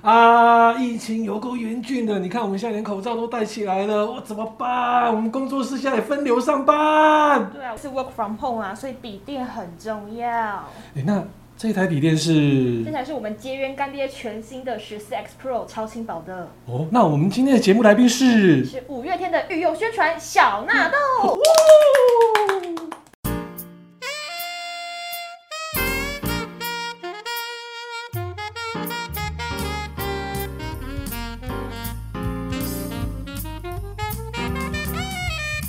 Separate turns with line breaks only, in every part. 啊，疫情有够严峻的，你看我们现在连口罩都戴起来了，我怎么办？我们工作室现在分流上班。
对啊，是 work from home 啊，所以笔电很重要。
哎，那这台笔电是
这才是我们结缘干爹全新的十四 X Pro 超轻薄的，
哦，那我们今天的节目来宾是
是五月天的御用宣传小纳豆。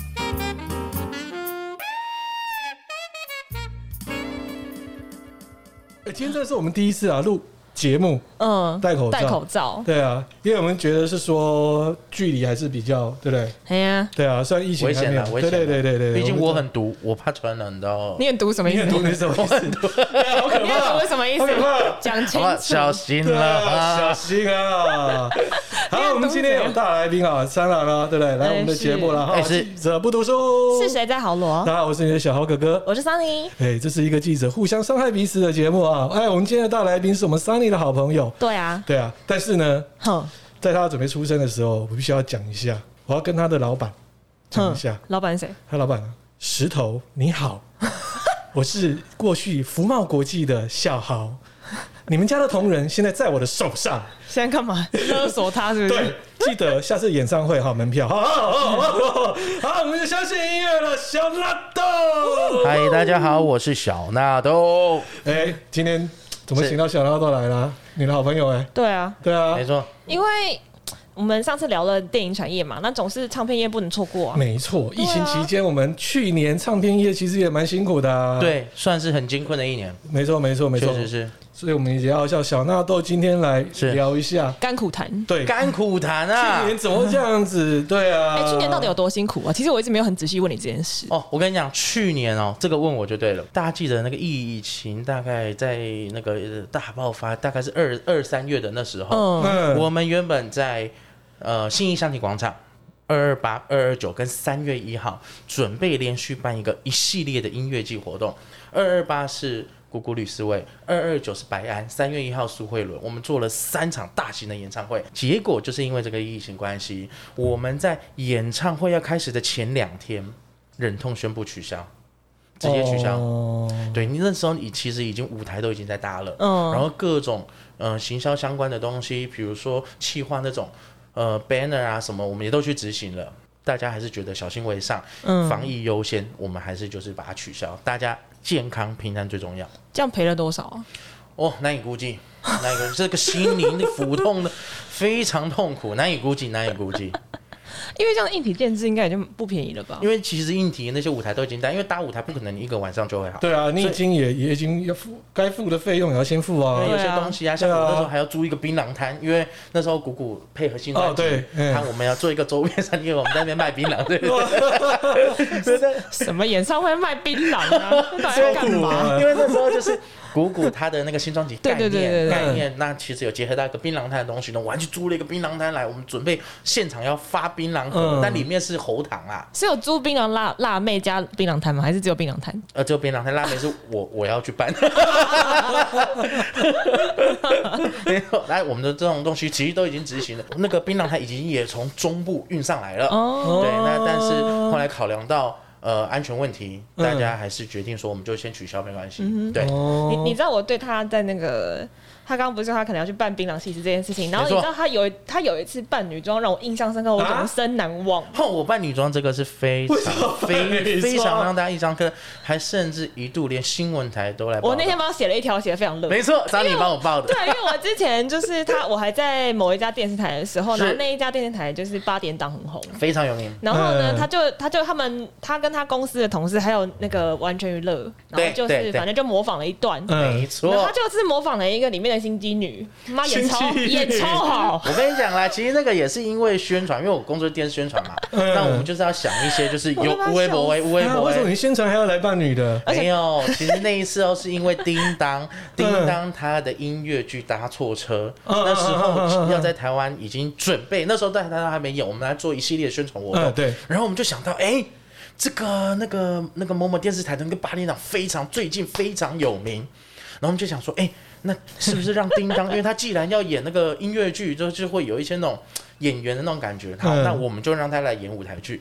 诶哎今天这是我们第一次啊录节目，
嗯，
戴口罩
戴口罩，
对啊，因为我们觉得是说距离还是比较，对不对？
哎呀，
对啊，虽然疫情
危
还
险
没有
了，，危
对
险
对
了！
对对对，
毕竟我很毒，我怕传染，你知道吗
你？很毒什么意
你
思？
很
你
懂你什么 意思？对啊好可
很
怕
毒，什么意
好
思
可？怕。
讲清
好吧，
楚。
小心
对
了
啊，小
啊！
心啊！
你
好，
很
我们今天有大来宾啊，三郎啊，对不对？来我们的节目了哈，
哎是
记者不读书
是？谁在好
大
罗？
家好，我是你的小豪哥哥。
我是桑尼。
哎，这是一个记者互相伤害彼此的节目啊！哎，我们今天的大来宾是我们 Sunny 的好朋友，
对啊，
对啊。但是呢，
哼
在他准备出生的时候，我必须要讲一下，我要跟他的老板讲一
哼
下。，
老板是谁？
他老板石头，你好，我是过去福茂国际的小豪，你们家的同仁现在在我的手上。
现在干嘛？勒索他是不
对
是？，
记得下次演唱会哈，门票。好好好好，好，我们就相信音乐了，小纳豆。
嗨，大家好，我是小纳豆。
哎，今天怎么
是
请到小纳豆来了？你的好朋友哎，
对啊，
对啊
没，错，
因为我们上次聊了电影产业嘛，那总是唱片业不能错过啊。
没错。疫情
对啊
期间，我们去年唱片业其实也蛮辛苦的、啊。，
对，算是很艰困的一年，
没错，没错，没
确
错。
实是
所以我们也要叫小纳豆今天来
是
聊一下。
甘苦谈。
对，
甘苦谈啊
去。年怎么会这样子？对啊，
哎，去年到底有多辛苦啊？其实我一直没有很仔细问你这件事。
哦，我跟你讲，去年哦，这个问我就对了。大家记得那个疫情大概在那个呃大爆发，大概是二二三月的那时候，
嗯，
嗯，
我们原本在呃信义象体广场二二八、二二九跟三月一号准备连续办一个一系列的音乐季活动。二二八是姑姑律师位，二二九是白安，三月一号苏慧伦。我们做了三场大型的演唱会，结果就是因为这个疫情关系，我们在演唱会要开始的前两天，忍痛宣布取消，直接取消。
哦
对你那时候，你其实已经舞台都已经在搭了，
嗯
然后各种呃行销相关的东西，比如说企划那种呃 banner 啊什么，我们也都去执行了。大家还是觉得小心为上，
嗯
防疫优先，我们还是就是把它取消。大家健康平安最重要。
这样赔了多少啊？
哦，难以估计，难以估计，这个心灵 的腹痛的非常痛苦，难以估计，难以估计。
因为这样硬体建制应该也就不便宜了吧？
因为其实硬体那些舞台都已经搭，因为搭舞台不可能你一个晚上就会好。
对啊，你已
所以
经也也已经要付该付的费用也要先付
因
啊
为。有
对
些
啊
东西啊，像
对
我
啊
那时候还要租一个槟榔摊，因为那时候谷谷配合新专
哦
辑，
对嗯
他我们要做一个周边商店，我们在那边卖槟 榔，对不对？
啊
什么演唱会卖槟榔啊？那到底要干
辛苦
嘛？
啊
因为那时候就是谷谷他的那个新专辑概
对对对对
念
对
概念，那其实有结合到一个槟榔摊的东西呢，我还去租了一个槟榔摊来，我们准备现场要发槟榔
嗯
盒，但里面是喉糖啊，
是有租槟榔辣辣妹加槟榔摊吗？还是只有槟榔摊？
呃，只有槟榔摊拉面是我我要去 办。没有，来，我们的这种东西其实都已经执行了，那个槟榔摊已经也从中部运上来了。
哦
对，那但是后来考量到呃安全问题，
嗯
大家还是决定说我们就先取消，没关系。
嗯
对，
你
哦
你知道我对他在那个，他刚刚不是说他可能要去办槟榔西施这件事情，然后
没
你
错
知道他有他有一次扮女装让我印象深刻，我
啊
终生难忘。
后哦我扮女装这个是非
为什么
常
扮女装
非非常让大家印象深刻，还甚至一度连新闻台都来报道。
我那天帮他写了一条，写的非常乐。
没错，张你帮我报的
对，，因为我之前就是他，我还在某一家电视台的时候，
是
然后那一家电视台就是八点档很红，
非常有名。
然后呢，
嗯
他就他就他们他跟他公司的同事还有那个完全娱乐，然后
对
就
对对
是反正就模仿了一段，
没
嗯，
然后
错
他，就是模仿了一个里面的心机女，妈演
心
超
机女
演超好，
我跟你讲啦，其实那个也是因为宣传，因为我工作是电视宣传嘛，
嗯
那我们就是要想一些就是
我
有
都把它
微博微微
啊
博哎
为什么
微。
你宣传还要来扮女的？
而且
没有，其实那一次哦，是因为叮 当，叮当他的音乐剧搭错车，
嗯
那时
嗯嗯嗯嗯
候要在台湾已经准备，那时候在台湾还没有，我们来做一系列的宣传活
嗯
动，
对，
然后我们就想到，哎、这个那个那个某某电视台的那个八连长非常最近非常有名，然后我们就想说，哎、那是不是让叮当？因为他既然要演那个音乐剧，就是会有一些那种演员的那种感觉。好，
嗯
那我们就让他来演舞台剧，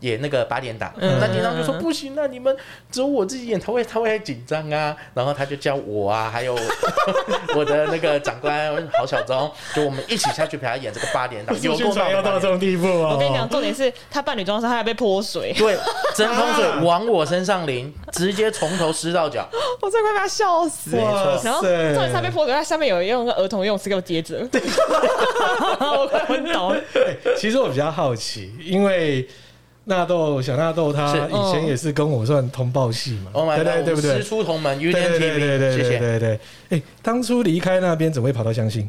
演那个八点档。
嗯
那叮当就说不行啊，你们只有我自己演，他会他会很紧张啊。然后他就叫我啊，还有 我的那个长官郝小忠，就我们一起下去陪他演这个八点 档。有
宣
够
传
闹
要
的八
到
点
这
档。
种地步啊！
我跟你讲，重点是他扮女装的时候，他还被泼水，
对， 真空水
啊
往我身上淋，直接从头湿到脚。
我真的快被他笑死。
没错
然后重点是他被泼水，他下面有用个儿童游泳池给我接着， 我快昏倒了。
对其实我比较好奇，因为纳豆小纳豆他
是
以前也是跟我算同报系嘛，
Oh my
对
god！
对对不
师
对？
出同门
对对对对
，UTV，
对
谢
对
谢。
对对。哎，当初离开那边怎么会跑到相信？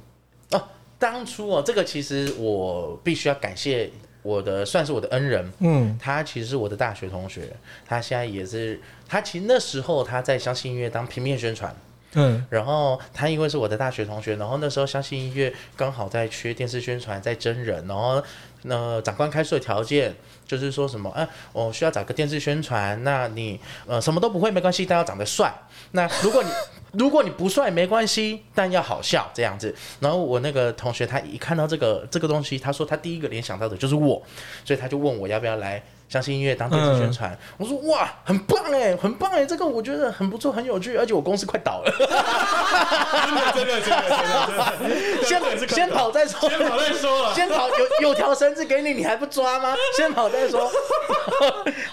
哦，当初哦，这个其实我必须要感谢我的，算是我的恩人。
嗯，
他其实是我的大学同学，他现在也是，他其实那时候他在相信音乐当平面宣传，
嗯
然后他因为是我的大学同学，然后那时候相信音乐刚好在缺电视宣传，在真人，然后那、呃长官开出的条件就是说什么，啊，我需要找个电视宣传，那你呃什么都不会没关系，但要长得帅。那如果你 如果你不帅没关系，但要好笑这样子。然后我那个同学他一看到这个这个东西，他说他第一个联想到的就是我，所以他就问我要不要来。相信音乐当电视宣传，我说哇，很棒哎，很棒哎，这个我觉得很不错，很有趣，而且我公司快倒了，
真的真的真 的
先先跑再说，
先跑再说了。
先跑有有条绳子给你，你还不抓 吗？先跑再说。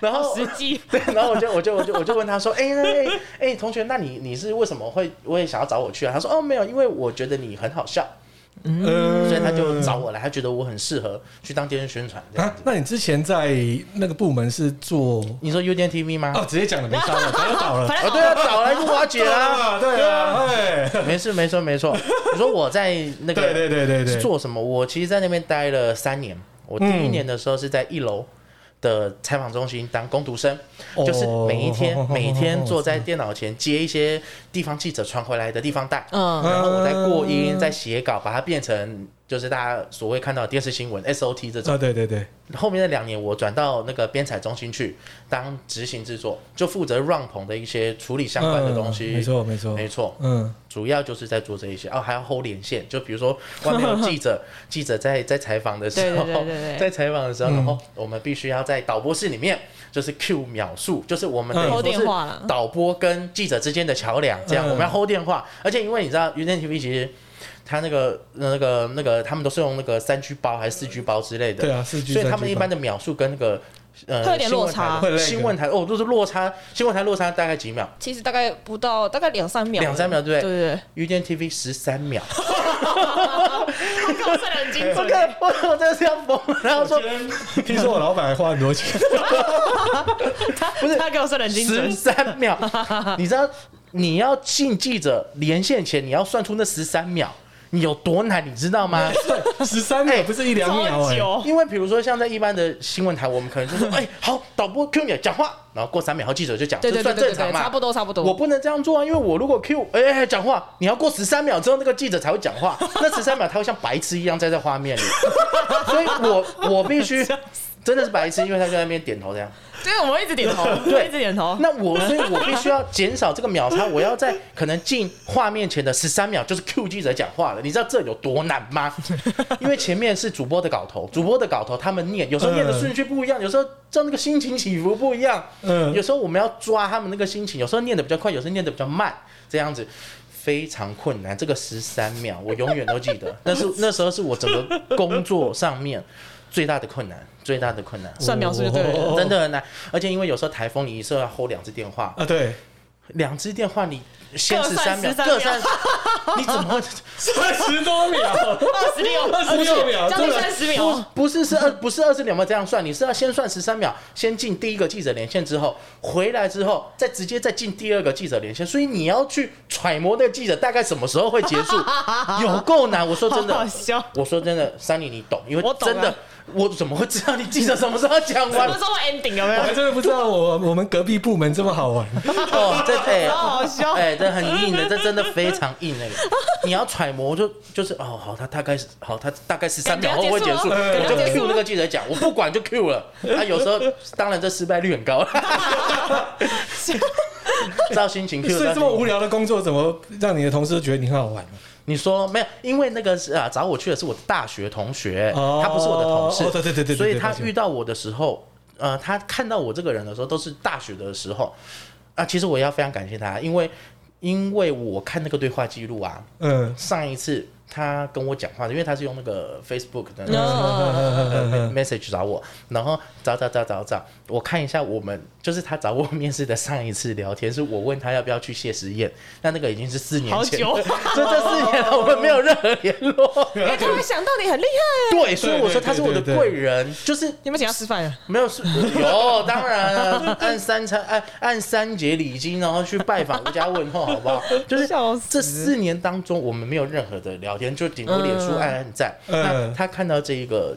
然后
实际
对，然后我就我就我就我就问他说，哎、那哎哎、同学，那你你是为什么会我也想要找我去啊？他说哦没有，因为我觉得你很好笑，
嗯
所以他就找我来，他觉得我很适合去当电视宣传这样
啊
子。，
那你之前在那个部门是做
你说 U 点 TV 吗？
哦，直接讲了没招了，早就倒 了，
反
哦，
正
对啊，找来就瓦解啊，
啊， 对啊，哎，
没事没错没错。你说我在那个
对对对对对，
是做什么？我其实在那边待了三年。我第一年的时候是在一楼的采访中心当工读生，
哦
就是每一天、每天坐在电脑前接一些地方记者传回来的地方带，
嗯，
然后我再过音、再写稿，把它变成就是大家所谓看到的电视新闻 SOT 这种。
啊，对对对，
后面那两年，我转到那个编采中心去当执行制作，就负责 run 棚的一些处理相关的东西。
嗯没，错没错
没错。
嗯，
主要就是在做这一些哦，还要 hold 连线，就比如 说外面有记者，记者在在采访的时候，
对对对对 对
在采访的时候，
嗯
然后我们必须要在导播室里面，就是 Q 秒数，就是我们
嗯
等于说
hold 电话
是
啦
导播跟记者之间的桥梁，这样、
嗯
我们要 hold 电话，而且因为你知道 u n TV 其实它那个那个那个他们都是用那个三 G 包还是四 G 包之类的，
对啊，四 G，
所以他们一般的秒数跟那个呃
会有点
新闻
落差
台的
会有点
新闻台哦，都是落差，新闻台落差大概几秒？
其实大概不到大概两三秒，
两三秒对不
对
对
对
u n TV 十三秒。
对，跟我算的很精
我
准。
看我我真的是要疯了。然后说
听说我老板还花很多钱，
不是
他给我算的很精
十
准，
三秒，你知道你要进记者连线前，你要算出那十三秒。你有多难，你知道 吗？
十三秒不是一两秒
超
哎，
久。
因为比如说像在一般的新闻台，我们可能就是哎、好，导播 Q 你讲话，然后过三秒，然后记者就讲，
对
这
对对
算
对
正
对
常
对，
嘛？
差不多差不多。
我不能这样做啊，因为我如果 Q 哎、哎讲话，你要过十三秒之后，那个记者才会讲话，那十三秒他会像白痴一样站在画面里，所以我我必须真的是白痴，因为他就在那边点头这样。
对，我们一直点头，
对
我一直点头。
那我，所以我必须要减少这个秒差，我要在可能进画面前的十三秒就是 Q 记者讲话了。你知道这有多难吗？因为前面是主播的稿头，主播的稿头他们念，有时候念的顺序不一样，有时候照那个心情起伏不一样，
嗯
有，时候我们要抓他们那个心情，有时候念的比较快，有时候念的比较慢，这样子。非常困难，这个十三秒我永远都记得。那是那时候是我整个工作上面最大的困难，最大的困难。
算秒数就对了
真的很难。而且因为有时候台风，你一次要 hold 两只电话，
啊，对，
两只电话你先
各
十
算
三秒，
13
各
秒
算， 你怎么会
三 十多秒，
二十六，
二十六秒
将近
真的
三十
不
秒，
不是是二不是二十秒吗？这样算，你是要先算十三秒，先进第一个记者连线之后，回来之后再直接再进第二个记者连线，所以你要去揣摩那个记者大概什么时候会结 束，有够难。我说真
好
的
好，笑。
我说真的，三里你懂，因为
我懂啊
真的。我怎么会知道你记者什么时候讲
什
完
么？时候会 ending 有没
我
有
还？真的不知道我我们隔壁部门这么好玩，
哦，这哎，
好好笑
哎，这很硬的，这真的非常硬那个。你要揣摩就就是哦，好，他大概是好，他大概十三秒后会结束，
感
觉
我
要结束了感
就
觉要结
Q 那个记者讲，我不管就啊 Q 了。他有时候当然这失败率很高，造心情 Q，
所以这么无。聊的工作，怎么让你的同事都觉得你很好玩呢？
你说没有？因为那个是啊，找我去的是我的大学同学，
哦
他不是我的同事，
哦对对对对对
所以
对
他
抱歉
遇到我的时候，呃，他看到我这个人的时候，都是大学的时候啊。其实我要非常感谢他，因为因为我看那个对话记录啊，
嗯，
上一次他跟我讲话的，因为他是用那个 Facebook 的那个
嗯
哦
呃 message 找我，然后找找找找找，我看一下我们就是他找我面试的上一次聊天，是我问他要不要去谢师宴，那那个已经是四年
好
前，
久啊
所 以这四年了我们没有任何联 络。
因哎为突然想到你很厉害，
对，所以我
对对
说他是我的
对对
贵人，就是
有没有请他吃饭啊？
没 有是有，当然啊，按三餐按按三节礼金，然后去拜访吴家问候，好 不好？就是
笑死
这四年当中，我们没有任何的聊天，就顶多脸书
嗯
按按赞。
嗯
那他看到这一个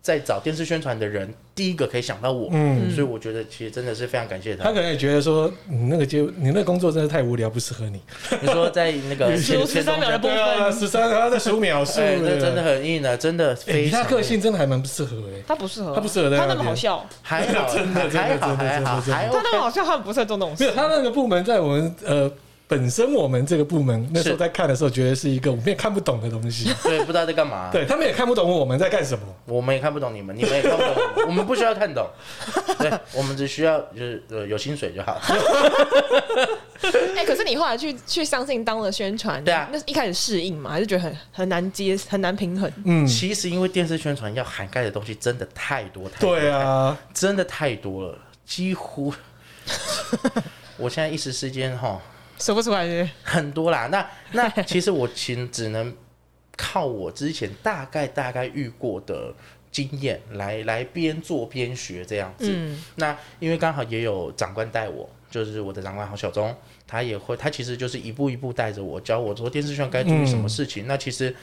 在找电视宣传的人，第一个可以想到我，
嗯
所以我觉得其实真的是非常感谢
他
他
可。能也觉得说，你那个接你那个工作真的太无聊，不适合你。
你说在 那个
十
前
十
前
三
东
秒的
家，
部
对啊，
分，
十三，然后再十五秒数，
哎，那
对
真的。很硬啊，真的
哎，
非
你
常
他
硬。
个性真的还蛮不适合哎。
他不适合，
他不适合在
他
那
那么
边
好笑，
还好，
真的真的
还好，
真的
还好，
真的
还
他
好。
那么好笑，他很不适合做那种
没
事
有，。他那个部门在我们呃本身我们这个部门那时候在看的时候，觉得是一个我们也看不懂的东西，
对，不知道在干嘛。
对他们也看不懂我们在干什么。
我们也看不懂你们，你们也看不懂我 们，我们不需要看懂，对，我们只需要就是呃有薪水就好。
哎，可是你后来去去上信当了宣传，
对啊
那一开始适应嘛，还是觉得很很难接，很难平衡。
嗯，
其实因为电视宣传要涵盖的东西真的太多，太多
对，啊，
真的太多了，几乎我现在一时之间哈
说不出来是
很多啦。那那其实我其只能靠我之前大概大概遇过的经验来来边做边学这样
不是
子。那因为刚好也有长官带我，就是我的长官郝小忠，他也会，他其实就是一步一步带着我，教我做电视圈该注意什么事情。那其实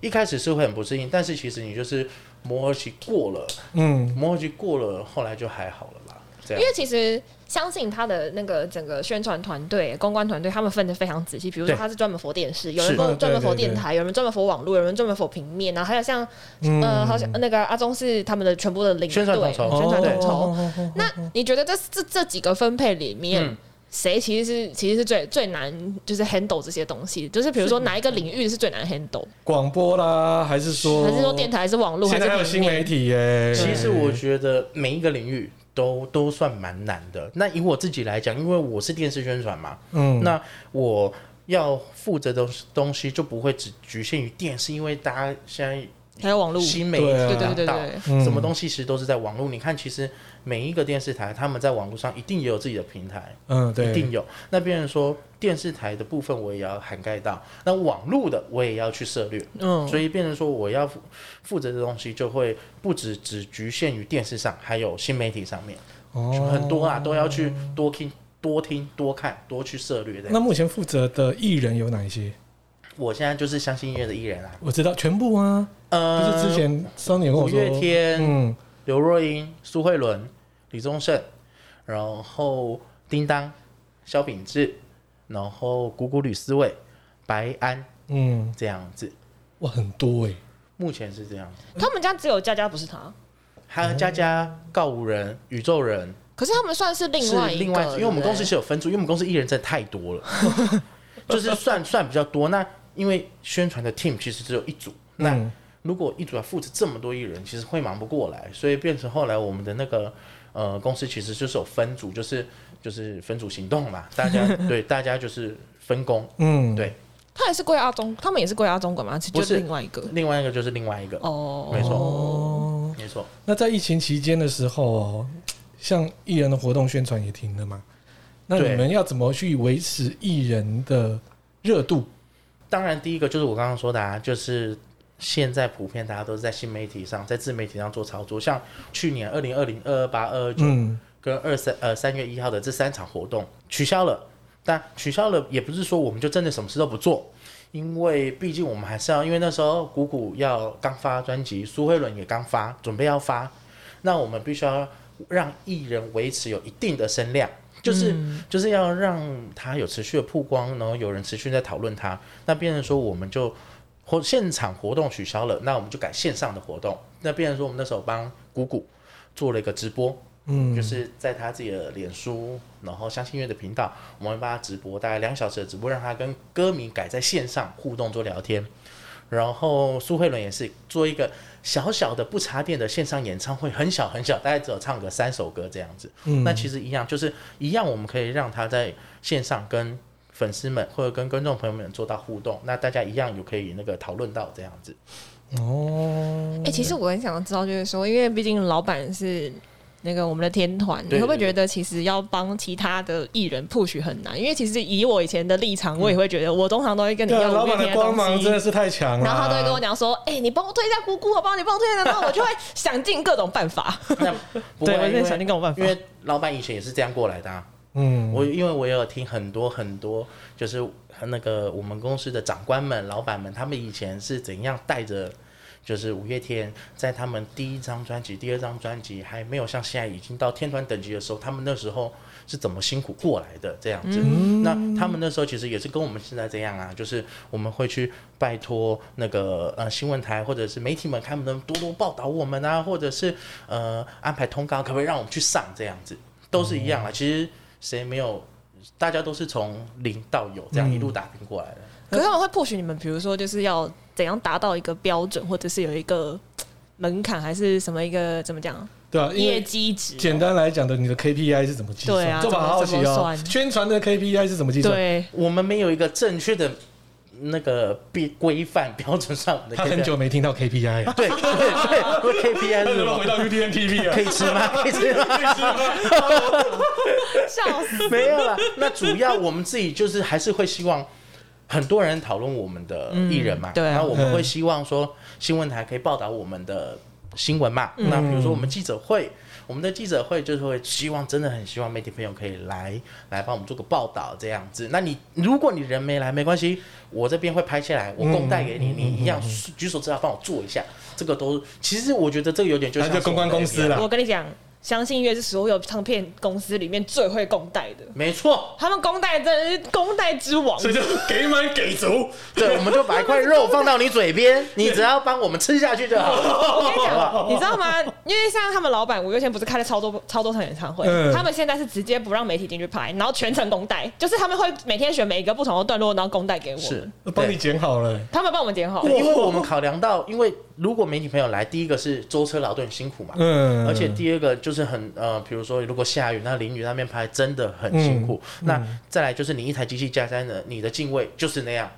一开始是会很不适应，但是其实你就是磨合期过了，
嗯，
磨合期过了，后来就还好了啦。这
因
样
为其实相信他的那个整个宣传团队、公关团队，他们分得非常仔细。比如说
对
他是专门佛电视，有
是
人专
对
专门
对
佛
对
电台，有人专门佛网络，有人专门佛平面，然后还有像、
嗯
呃，好像那个阿忠是他们的全部的领队、
嗯宣传统筹
宣传统筹。
哦
那你觉得这这这几个分配里面
嗯，
谁、其实是其实是最最难，就是 handle 这些东西？就是比如说哪一个领域是最难 handle，
广播啦，还是说
还是说电台，还是网络，还
现
是
在还有
平
新
面？
媒体耶。
其实我觉得每一个领域都都算蛮难的。那以我自己来讲，因为我是电视宣传嘛，
嗯，
那我要负责的东西就不会只局限于电视，因为大家现在
还有网络，
新媒
对啊
体
对对对对
当道
对
嗯
什么东西其实都是在网络。你看，其实每一个电视台，他们在网络上一定也有自己的平台，
嗯，对，
一定有。那别人说电视台的部分我也要涵盖到，那网络的我也要去涉略。
嗯，
所以变成说，我要负负责的东西就会不只只局限于电视上，还有新媒体上面，
哦
很多啊，都要去多听、多听、多看、多去涉略的
那。目前负责的艺人有哪一些？
我现在就是相信音乐的艺人啊，
我知道全部啊，不
呃，
是之前 Sony 有跟
五
我说，
月天、
嗯，
刘若英、苏慧伦、李宗盛，然后叮当、萧秉治，然后古古吕思蔚、白安
嗯，
这样子，
哇，很多
欸
哎、
目前是这样子。
他们家只有佳佳不是他，
还有佳佳、告五人、宇宙人
可是他们算是另
是
外一个，
另外，因为我们公司
对
是有分组，因为我们公司艺人真的太多了， 就是算算比较多。那因为宣传的 team 其实只有一组，那
嗯
如果一组要负责这么多艺人，其实会忙不过来，所以变成后来我们的那个呃公司其实就是有分组，就是就是分组行动嘛，大 家对大家就是分工。
嗯，
对，
不对他也是归阿中，他们也是归阿中管嘛，其实
不
就是是另外一个
另外一个就是另外一个，
哦，
没
错，
没错，
那在疫情期间的时候哦，像艺人的活动宣传也停了嘛，那
对
你们要怎么去维持艺人的热度？
当然，第一个就是我刚刚说的啊，就是现在普遍大家都是在新媒体上，在自媒体上做操作。像去年二零二零、二二八、二二九
嗯，
跟二三呃三月一号的这三场活动取消了，但取消了也不是说我们就真的什么事都不做，因为毕竟我们还是要，因为那时候谷谷要刚发专辑，苏慧伦也刚发，准备要发，那我们必须要让艺人维持有一定的声量。就是、就是要让他有持续的曝光，然后有人持续在讨论他，那变成说我们就活现场活动取消了，那我们就改线上的活动。那变成说我们那时候帮谷谷做了一个直播，
嗯，
就是在他自己的脸书，然后相信音乐的频道，我们会帮他直播，大概两小时的直播，让他跟歌迷改在线上互动做聊天。然后苏慧伦也是做一个小小的不插电的线上演唱会，很小很小，大概只有唱个三首歌这样子。
嗯
那其实一样，就是一样，我们可以让他在线上跟粉丝们或者跟观众朋友们做到互动，那大家一样有可以那个讨论到这样子。
哦
哎、，其实我很想知道，就是说，因为毕竟老板是那个我们的天团，你
对
会不会
对
觉得其实要帮其他的艺人 push 很难？因为其实以我以前的立场，我也会觉得，我通常都会跟
嗯
哎你
对啊，
要
老
五月
板
天
的光
东
芒
西
真的是太强了。
然后他都会跟我讲说：“哎、你帮我推一下姑姑，好不好？你帮我推一下。”然后我就会想尽各种办法。
那不会
对我
啊，
真的
因为
想尽各种办法
因为老板以前也是这样过来的、啊。
嗯，
我因为我也有听很多很多，就是那个我们公司的长官们、老板们，他们以前是怎样带着，就是五月天在他们第一张专辑、第二张专辑还没有像现在已经到天团等级的时候，他们那时候是怎么辛苦过来的这样子。那他们那时候其实也是跟我们现在这样啊，就是我们会去拜托那个呃新闻台或者是媒体们，他们能多多报道我们啊，或者是呃安排通告，可不可以让我们去上这样子，都是一样
哦
啊。其实谁没有，大家都是从零到有这样一路打拼过来的。
嗯
可是他们会 push 你们，比如说就是要怎样达到一个标准，或者是有一个嘖门槛，还是什么一个怎么讲
对啊，因
业
为
绩值？
简单来讲的，你的 KPI 是怎么计算？
对啊
这我好
怎
奇
么怎么
哦。
算
宣传的 KPI 是怎么计算？
对，
我们没有一个正确的那个规规范标准上我们的 KPI。
他很久没听到 KPI 了，
对对对对 ，KPI
他
是
怎
什
么回
么？
到 UDN TV 了
可？以吃吗？可以吃吗？
笑 死！
没有啦，那主要我们自己就是还是会希望很多人讨论我们的艺人嘛，
嗯对啊
然后我们会希望说新闻台可以报道我们的新闻嘛。
嗯
那比如说我们记者会，我们的记者会就是会希望真的很希望媒体朋友可以来来帮我们做个报道这样子。那你如果你人没来没关系，我这边会拍下来，我供带给
嗯
你，你一样举手之劳帮我做一下。这个都其实我觉得这个有点就像
那就公关公 司啦
我跟你讲，相信音乐是所有唱片公司里面最会公带的，
没错，
他们公带真的是公带之王。
所以就给满给足。
对，我们就把一块肉放到你嘴 边，你只要帮我们吃下去就好了。
我跟你讲，你知道吗？因为像他们老板五月天不是开了超多超多场演唱会，
嗯
他们现在是直接不让媒体进去拍，然后全程公带，就是他们会每天选每一个不同的段落，然后公带给 我
是
们，，
帮你剪好了，
他们帮我们剪好。
对因为我们考量到，因为如果媒体朋友来，第一个是舟车劳顿辛苦嘛，
嗯，
而且第二个就是很呃，比如说如果下雨，那淋雨那边拍真的很辛苦。那再来就是你一台机器加在那，你的敬畏就是那样，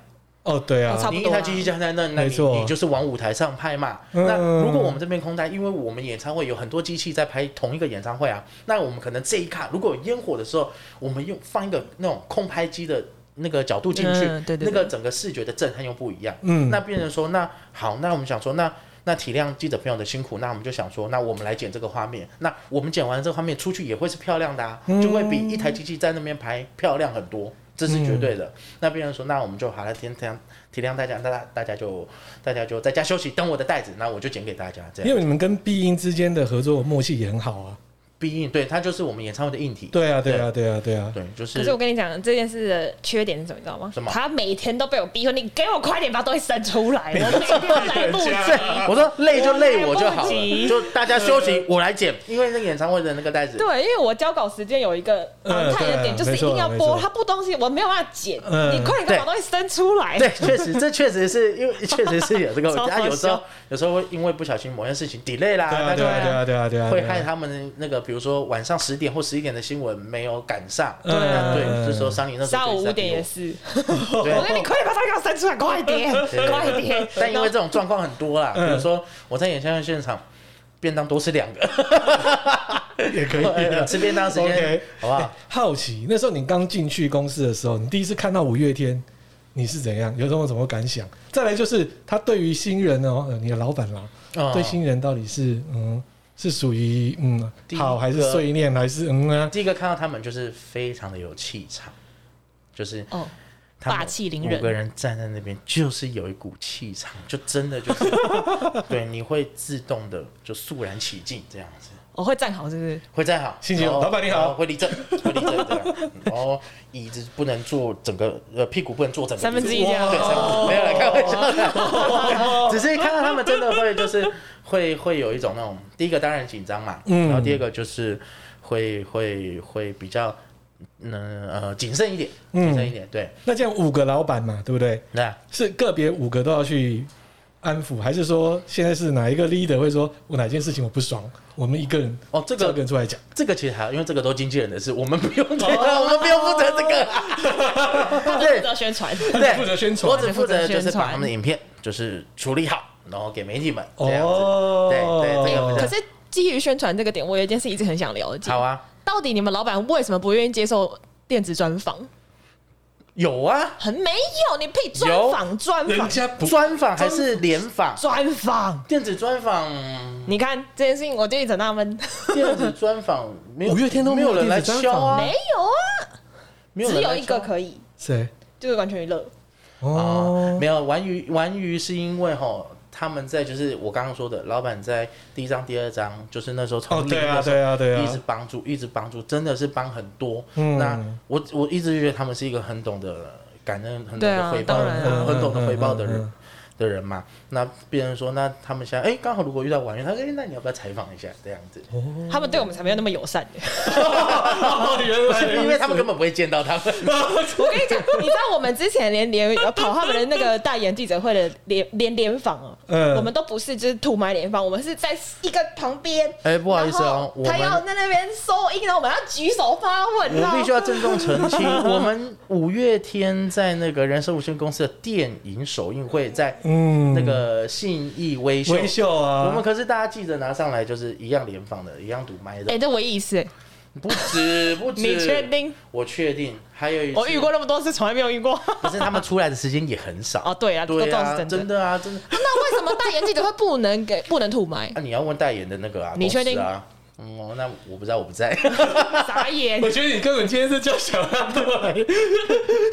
哦，对啊
我，差不
你
多
一台机器加在那，那
没
你
错
你就是往舞台上拍嘛。
嗯
那如果我们这边空单，因为我们演唱会有很多机器在拍同一个演唱会啊，那我们可能这一卡如果有烟火的时候，我们用放一个那种空拍机的那个角度进去，
嗯对对
那
对
个整个视觉的震撼又不一样。
嗯
那变成说，那好，那我们想说，那那体谅记者朋友的辛苦，那我们就想说，那我们来剪这个画面，那我们剪完这个画面出去也会是漂亮的啊，
嗯
就会比一台机器在那边拍漂亮很多，这是绝对的。
嗯
那别人说，那我们就好了，体谅体谅大家，大家大家就大家就在家休息，等我的袋子，那我就剪给大家这
因
样。
为你们跟必应之间的合作默契也很好啊。
毕竟对它就是我们演唱会的硬体，
对啊，对啊，对啊，对啊。
对，就
可
是
是我跟你讲，这件事的缺点是什么，你知道吗？
什么
他每天都被我逼说：“你给我快点把东西生 出来，我每天都来不及。
我说累就累我就好
我来不及
了，就大家休息，我来剪，因为那个演唱会的那个袋”子，
对，因为我交稿时间有一个常态的
嗯
点，
对
就是一定要
没错
播，
没错
他不东西我没有办法剪，
嗯
你快点给我把东西生出来。
对，确实，这确实是因为确实是有这个问
哎超
题。
好
啊，有时候
笑
有时候会因为不小心某件事情 delay 啦，
对啊，
那
对
就
啊，对啊，对啊，对啊，
会害他们那个，比如说晚上十点或十一点的新闻没有赶上。
嗯
那对，这时候桑尼那时
下
候就
午
一直
五
在
点
逼
也
我
是，
对
我说你快点把它给我生出来，快点，
对
快点。
但因为这种状况很多啦，比
嗯
如说我在演唱会现场，便当多吃两 个，
也可以
呃
啊。
吃便当时间
OK
好不好？
好奇，那时候你刚进去公司的时候，你第一次看到五月天，你是怎样？有什么什么感想？再来就是他对于新人哦，呃你的老板啦，
嗯
对新人到底是嗯是属于嗯
第一个
好还是碎念还是嗯啊？
第一个看到他们就是非常的有气场，就是
哦，
他们
霸气凌人
五个人站在那边，就是有一股气场，就真 的就是，对，你会自动的就肃然起敬这样子。
我会站好，是不是？
会站好，
星期五
然后
老板你好
然后会立正，会立正 这样，然后椅子不能坐整个，呃，屁股不能坐整个椅子，
三分之一这样
哦
对，三分之一没有来开玩笑的，只是看到他们真的会就是会会有一种那种，第一个当然紧张嘛，
嗯
然后第二个就是会会会比较，嗯呃谨慎一点，
嗯
谨慎一点，对，
那这样五个老板嘛，对不对？
那
是个别五个都要去安抚，还是说现在是哪一个 leader 会说我哪件事情我不爽，我们一个人
哦这
叫一个
个
人出来讲？
这个其实还好，因为这个都经纪人的事，我们不用这个，
哦
我们不用负责这个， 对
知道宣传，
他
对，
只负责宣传
我只负责就是
只负责
把
宣传
他们的影片就是处理好，然后给媒体们这样子，
哦
对对这个比较
可是基于宣传这个点，我有一件事一直很想了解，
好啊，
到底你们老板为什么不愿意接受电子专访？
有啊，
很没有，你配专访专
人
访
家不
专访还是联访，
专访。
电子专访。
你看这件事情，我就一直纳闷，
电子专访没有，
五月天都没
没
有
有人来敲啊，
没有啊，
没有
只
人来敲
有一个可以，
谁
就是完全娱乐。
啊
哦，，
没有玩鱼玩鱼是因为吼。他们在就是我刚刚说的，老板在第一章、第二章，就是那时候从
哦，对
零
啊，
的时候
对啊，对
一直
啊，
帮助，一直帮助，真的是帮很多。
嗯
那我我一直觉得他们是一个很懂得感恩、很懂
对
得
啊
回报、
当然啊
很很懂得回报的人、
嗯嗯嗯
的人嘛。那别人说，那他们现在哎，刚好如果遇到婉瑜，他说哎，那你要不要采访一下这样子？
他们对我们才没有那么友善。
哦，原
不
来
是因为他们根本不会见到他 们。
我跟你讲， 你知道我们之前连连跑他们的那个代言记者会的联联联访哦，
嗯
我们都不是就是土埋联访，我们是在一个旁边。
哎，不好意思哦，
然
我
后他
们
要在那边收音，然后我们要举手发问，
我必须要
然后
郑重 澄清，我们五月天在那个人生无限公司的电影首映会在
嗯
那个信义微秀，
微秀啊，
我们可是大家记得拿上来就是一样联访的，一样堵麦的
哎，，这我意思，
不止不止。
你确？定？
我确定。还有一次
我遇过，那么多次，从来没有遇过。
可是他们出来的时间也很少。
哦，对啊，都
对
都是
啊，
真
真
的。
的啊，真的。
那为什么代言记者会不能给不能土埋？
那你要问代言的那个啊，
你确定
公司啊？嗯，哦那我不知道，我不在。
傻眼
我！觉得你根本今天是叫小安过来，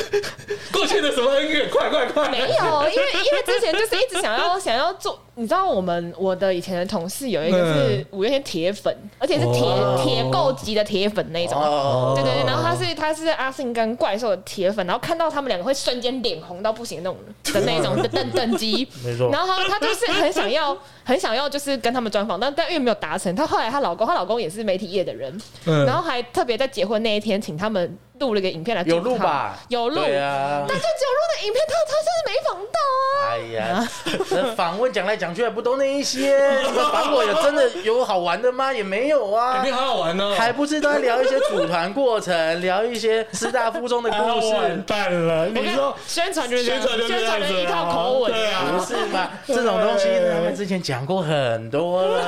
过去的什么恩怨，快快快！
没有，因为因为之前就是一直想要 想要做，你知道我们我的以前的同事有一个是五月天铁粉，而且是铁
哦
铁够级的铁粉那种。
哦，
对对对，然后他是他是阿信跟怪兽的铁粉，然后看到他们两个会瞬间脸红到不行那种的那种的等等级，
没错
然后他他就是很想要很想要就是跟他们专访，但但因为没有达成，她后来她老公她老公也是媒体业的人，
嗯
然后还特别在结婚那一天请他们录了一个影片来祝
有录
他
吧？
有录，
对啊。
但就只有录的影片，他他就是没访到
哎
啊。
呀， 那访问讲来讲去还不都那一些？ 你们访我有真的有好玩的吗？也没有
里
啊，
面好好玩哦，
还不是都在聊一些组团过程，聊一些师大附中的
啊
故
完
事。
蛋了！
我
你
看
说
宣传就是这样
宣传就是
宣传
这样子
的依
啊
靠口吻
对啊
不是嘛？这种东西他们之前讲过很多 了，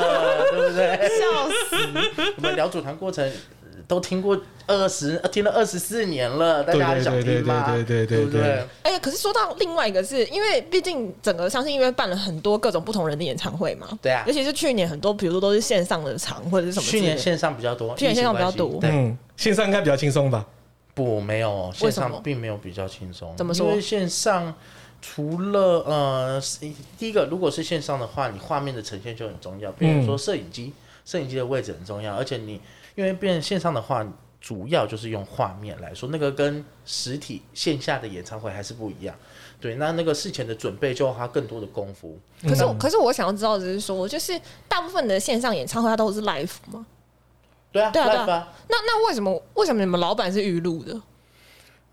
对不对？
笑死！
我们聊组团过程呃都听过二十，呃听了二十四年了，大家还想听吗？
对对对对对对
对不对？
哎、可是说到另外一个是，因为毕竟整个相信音乐办了很多各种不同人的演唱会嘛，
对啊
尤其是去年很多，比如说都是线上的场或者是什么之
去
类的，
年线上比较多，
去年线上比较
疫情关系
多
对，
嗯，线上应该比较轻松吧？
不，没有，
为
线
什么
上并没有比较轻松。
怎么说
因为线上除了呃，是第一个，如果是线上的话，你画面的呈现就很重
嗯
要，比如说摄影机，摄、影机的位置很重要，而且你因为变成线上的话。主要就是用画面来说，那个跟实体线下的演唱会还是不一样。对，那那个事前的准备就要花更多的功夫。
可
嗯
是我，可是我想要知道的是说，就是大部分的线上演唱会它都是 live 嘛，
对啊，
对啊对啊
live 啊
那那为什么为什么你们老板是预录的？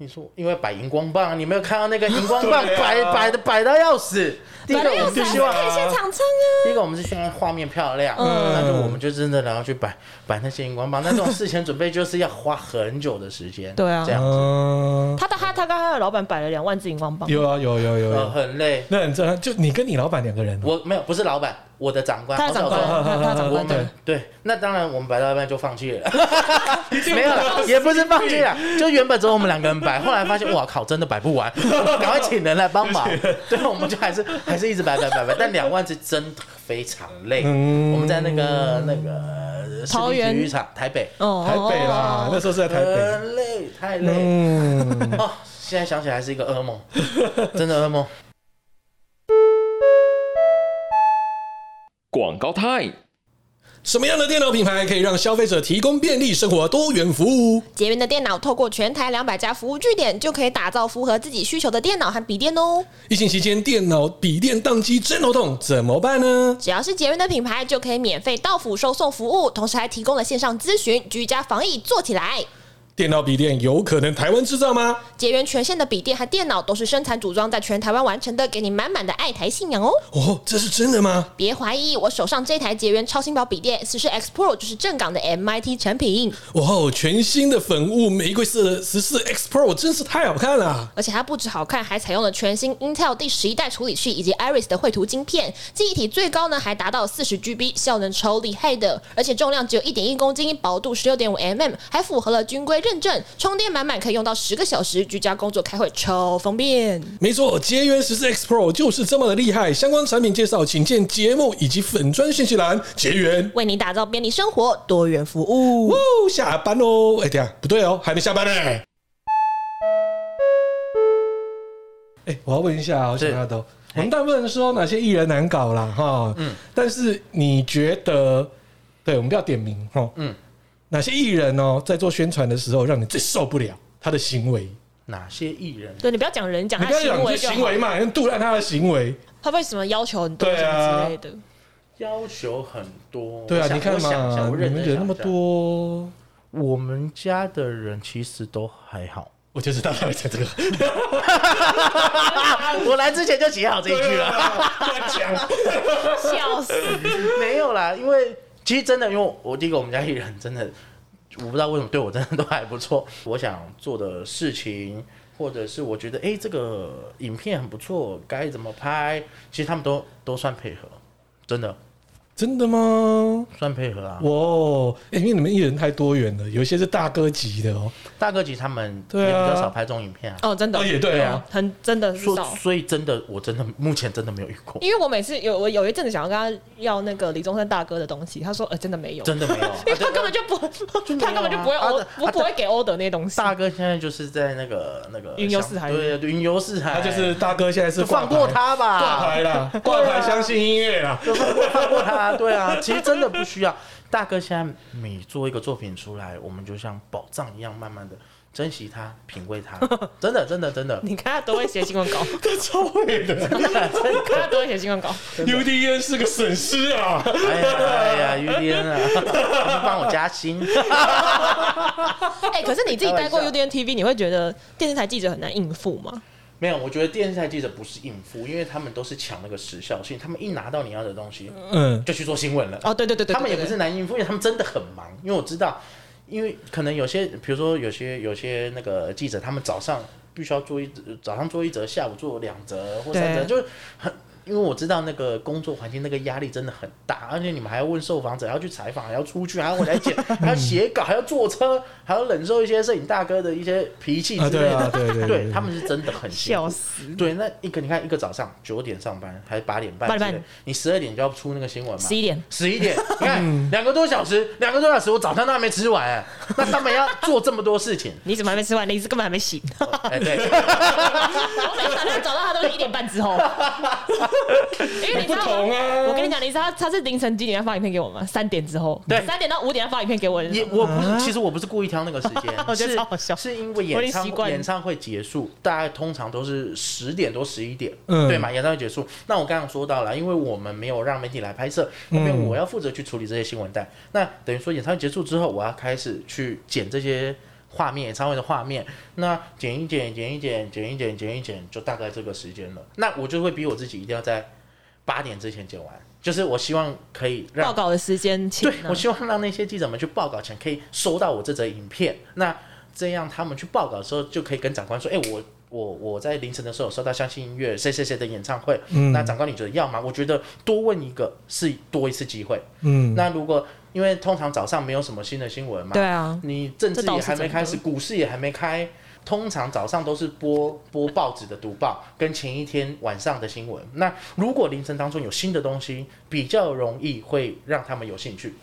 你说因为摆荧光棒，啊你没有看到那个荧 光棒
对啊
摆摆的摆到要死。第一
本
个
来
我
要
们
是
就
还
希
是
望
可以现场唱啊，
第一个我们是希望画面漂亮，
嗯
那就我们就真的然后去摆摆那些荧光棒，那这种事前准备就是要花很久的时间，
对啊
这样
嗯，
他的他他跟他的老板摆了两万支荧光棒，
有啊有有
嗯
有
呃
有，
很累。
那很正常，就你跟你老板两个人哦，
我没有不是老板，我的长官，
他的长官，
我
哦
他他的长
我
官对
们。对，那当然我们摆到一半就放弃 了，
定
没有了，也不是放弃了，就原本只有我们两个人摆，后来发现哇靠，真的摆不 完，赶快请人来帮忙。对，我们就还是还是一直摆摆摆摆，但两万是真的非常累。
嗯
我们在那个那个市
桃
立
园
体育场台北，
哦
台北啦，那时候是在台北，
很累，太累。
嗯，
哦，现在想起来是一个 噩梦，真的噩梦。
广告 time。
什么样的电脑品牌可以让消费者提供便利生活多元服务？
捷云的电脑透过全台两百家服务据点，就可以打造符合自己需求的电脑和笔电哦。
疫情期间电脑笔电宕机真头痛，怎么办呢？
只要是捷云的品牌，就可以免费到府收送服务，同时还提供了线上咨询，居家防疫做起来。
电脑笔电有可能台湾制造吗？
捷源全线的笔电和电脑都是生产组装在全台湾完成的，给你满满的爱台信仰哦！
哦，这是真的吗？
别怀疑，我手上这台捷源超轻薄笔电四十 X Pro 就是正港的 MIT 产品，
哦，全新的粉雾玫瑰色的十四 X Pro 真是太好看了。
而且它不止好看，还采用了全新 Intel 第十一代处理器以及 Iris 的绘图晶片，记忆体最高呢还达到四十 GB，效能超厉害的，而且重量只有一点一公斤，薄度十六点五 mm，还符合了军规认证，充电满满可以用到十个小时，居家工作开会超方便。
没错，捷源十四 X Pro 就是这么的厉害。相关产品介绍，请见节目以及粉砖信息栏。捷源，
为你打造便利生活，多元服务。
哦，下班喽！哎、等一下不对哦，还没下班呢。哎、哎我要问一下，我哦想
是
要都，我们大部分说哪些艺人难搞啦，哈，嗯，但是你觉得，对，我们不要点名哈，嗯
嗯，
哪些艺人哦，在做宣传的时候让你最受不了他的行为？
哪些艺人？
对你不要讲人，讲
你
他
不要
行
讲
为
这
就
行
好
为。嘛，你杜烂他的行为，
他为什么要求很多
对
什
啊
么之类的？
要求很多。
对
我
啊，
想
你看
我想一下
嘛，
我
你
认
们
真
人那
想
么
一下，
多，
我们家的人其实都还好。
我就知道他会 讲这个，
我来之前就写好这一句了。
啊 乱讲，
笑死！
啊
没有啦，因为其实真的，因为我第一个我们家艺人真的，我不知道为什么对我真的都还不错。我想做的事情，或者是我觉得哎、诶这个影片很不错，该怎么拍，其实他们都都算配合，真的
真的吗？
算配合啊。
哇、欸因为你们艺人太多元了，有一些是大哥级的哦。
大哥级他们也
对
比
啊
较少拍这种影片啊，
哦，真的，
哦也对啊，
很真的是
所
少。
所以真的我真的目前真的没有遇过，
因为我每次有我有一阵子想要跟他要那个李宗盛大哥的东西，他说呃真的没有，
真的没有啊。
因为 他根本就不，他根本就不会
啊
o
啊
不不会给 order 那些东西。
大哥现在就是在那个那个
云游四海
对对，云游四海，
他就是大哥，现在是
哎就放
挂牌
过他吧，
挂牌啦，挂牌相信音乐啊啦。
就放过放过他，对啊，其实真的不需要。大哥现在每做一个作品出来，我们就像宝藏一样，慢慢的珍惜它，品味 它，真的，真的，真的，
你看他都会写新 闻稿，
他超会的
真的，真
你看他都会写新闻稿。
，UDN 是个损失啊！
的哎呀，哎呀，于天啊，你帮我加薪，
哎、可是你自己待过
开玩
UDN TV，你会觉得电视台记者很难应付吗？
没有，我觉得电视台记者不是应付，因为他们都是抢那个时效性，他们一拿到你要的东西，
嗯，
就去做新闻了。
哦，对对对对，
他们也
对
不是，难应付，因为他们真的很忙。因为我知道，因为可能有些，比如说有些有些那个记者，他们早上必须要做一早上做一则，下午做两则或三则，
对
就是很。因为我知道那个工作环境，那个压力真的很大，而且你们还要问受访者，还要去采访，还要出去，还要回来剪， 还要写稿，还要坐车，还要忍受一些摄影大哥的一些脾气
啊，
之类
对
的。
哦
啊，对对
对他们是真的很
对
辛苦
笑。死！
对，那一个你看一个早上九点上班，还是八点半之
8
类的？
点半
你十二点就要出那个新闻嘛？
11点
十一点，你看两个多小时，两个多小时，我早餐都还没吃完、哎那他们要做这么多事情，
你怎么还没吃完？你根本还没 醒。
哎、对，
我每次早上找到他都是一点 半之后，因为你
不
知道
同
吗？
啊。
我跟你，讲，你知道他他是凌晨几点要发影片给我吗？三点之后，
对
三点到五点要发影片给我。
也我不
啊
是，其实我不是故意挑那个时间
，我觉得
是
超好笑
是因为
我已
演
经
唱
习惯了
演唱会结束，大概通常都是十点多十一点，
嗯
对嘛？演唱会结束，那我刚刚说到了，因为我们没有让媒体来拍摄，因为
嗯
我要负责去处理这些新闻带，那等于说演唱会结束之后，我要开始去剪这些。画面，演唱会的画面，那剪一剪，剪一剪，剪一剪，剪一剪，就大概这个时间了。那我就会逼我自己一定要在八点之前剪完，就是我希望可以让
报告的时间请
对
啊。，
我希望让那些记者们去报稿前可以收到我这则影片，那这样他们去报稿的时候就可以跟长官说，哎、我。我我在凌晨的时候有收到相信音乐谁谁谁的演唱会，
嗯
嗯
那长官你觉得要吗？我觉得多问一个是多一次机会。
嗯，
那如果因为通常早上没有什么新的新闻嘛，
对啊，
你政治
这倒
也
是
还没
真的
开始，股市也还没开，通常早上都是播播报纸的读报跟前一天晚上的新闻。那如果凌晨当中有新的东西，比较容易会让他们有兴趣。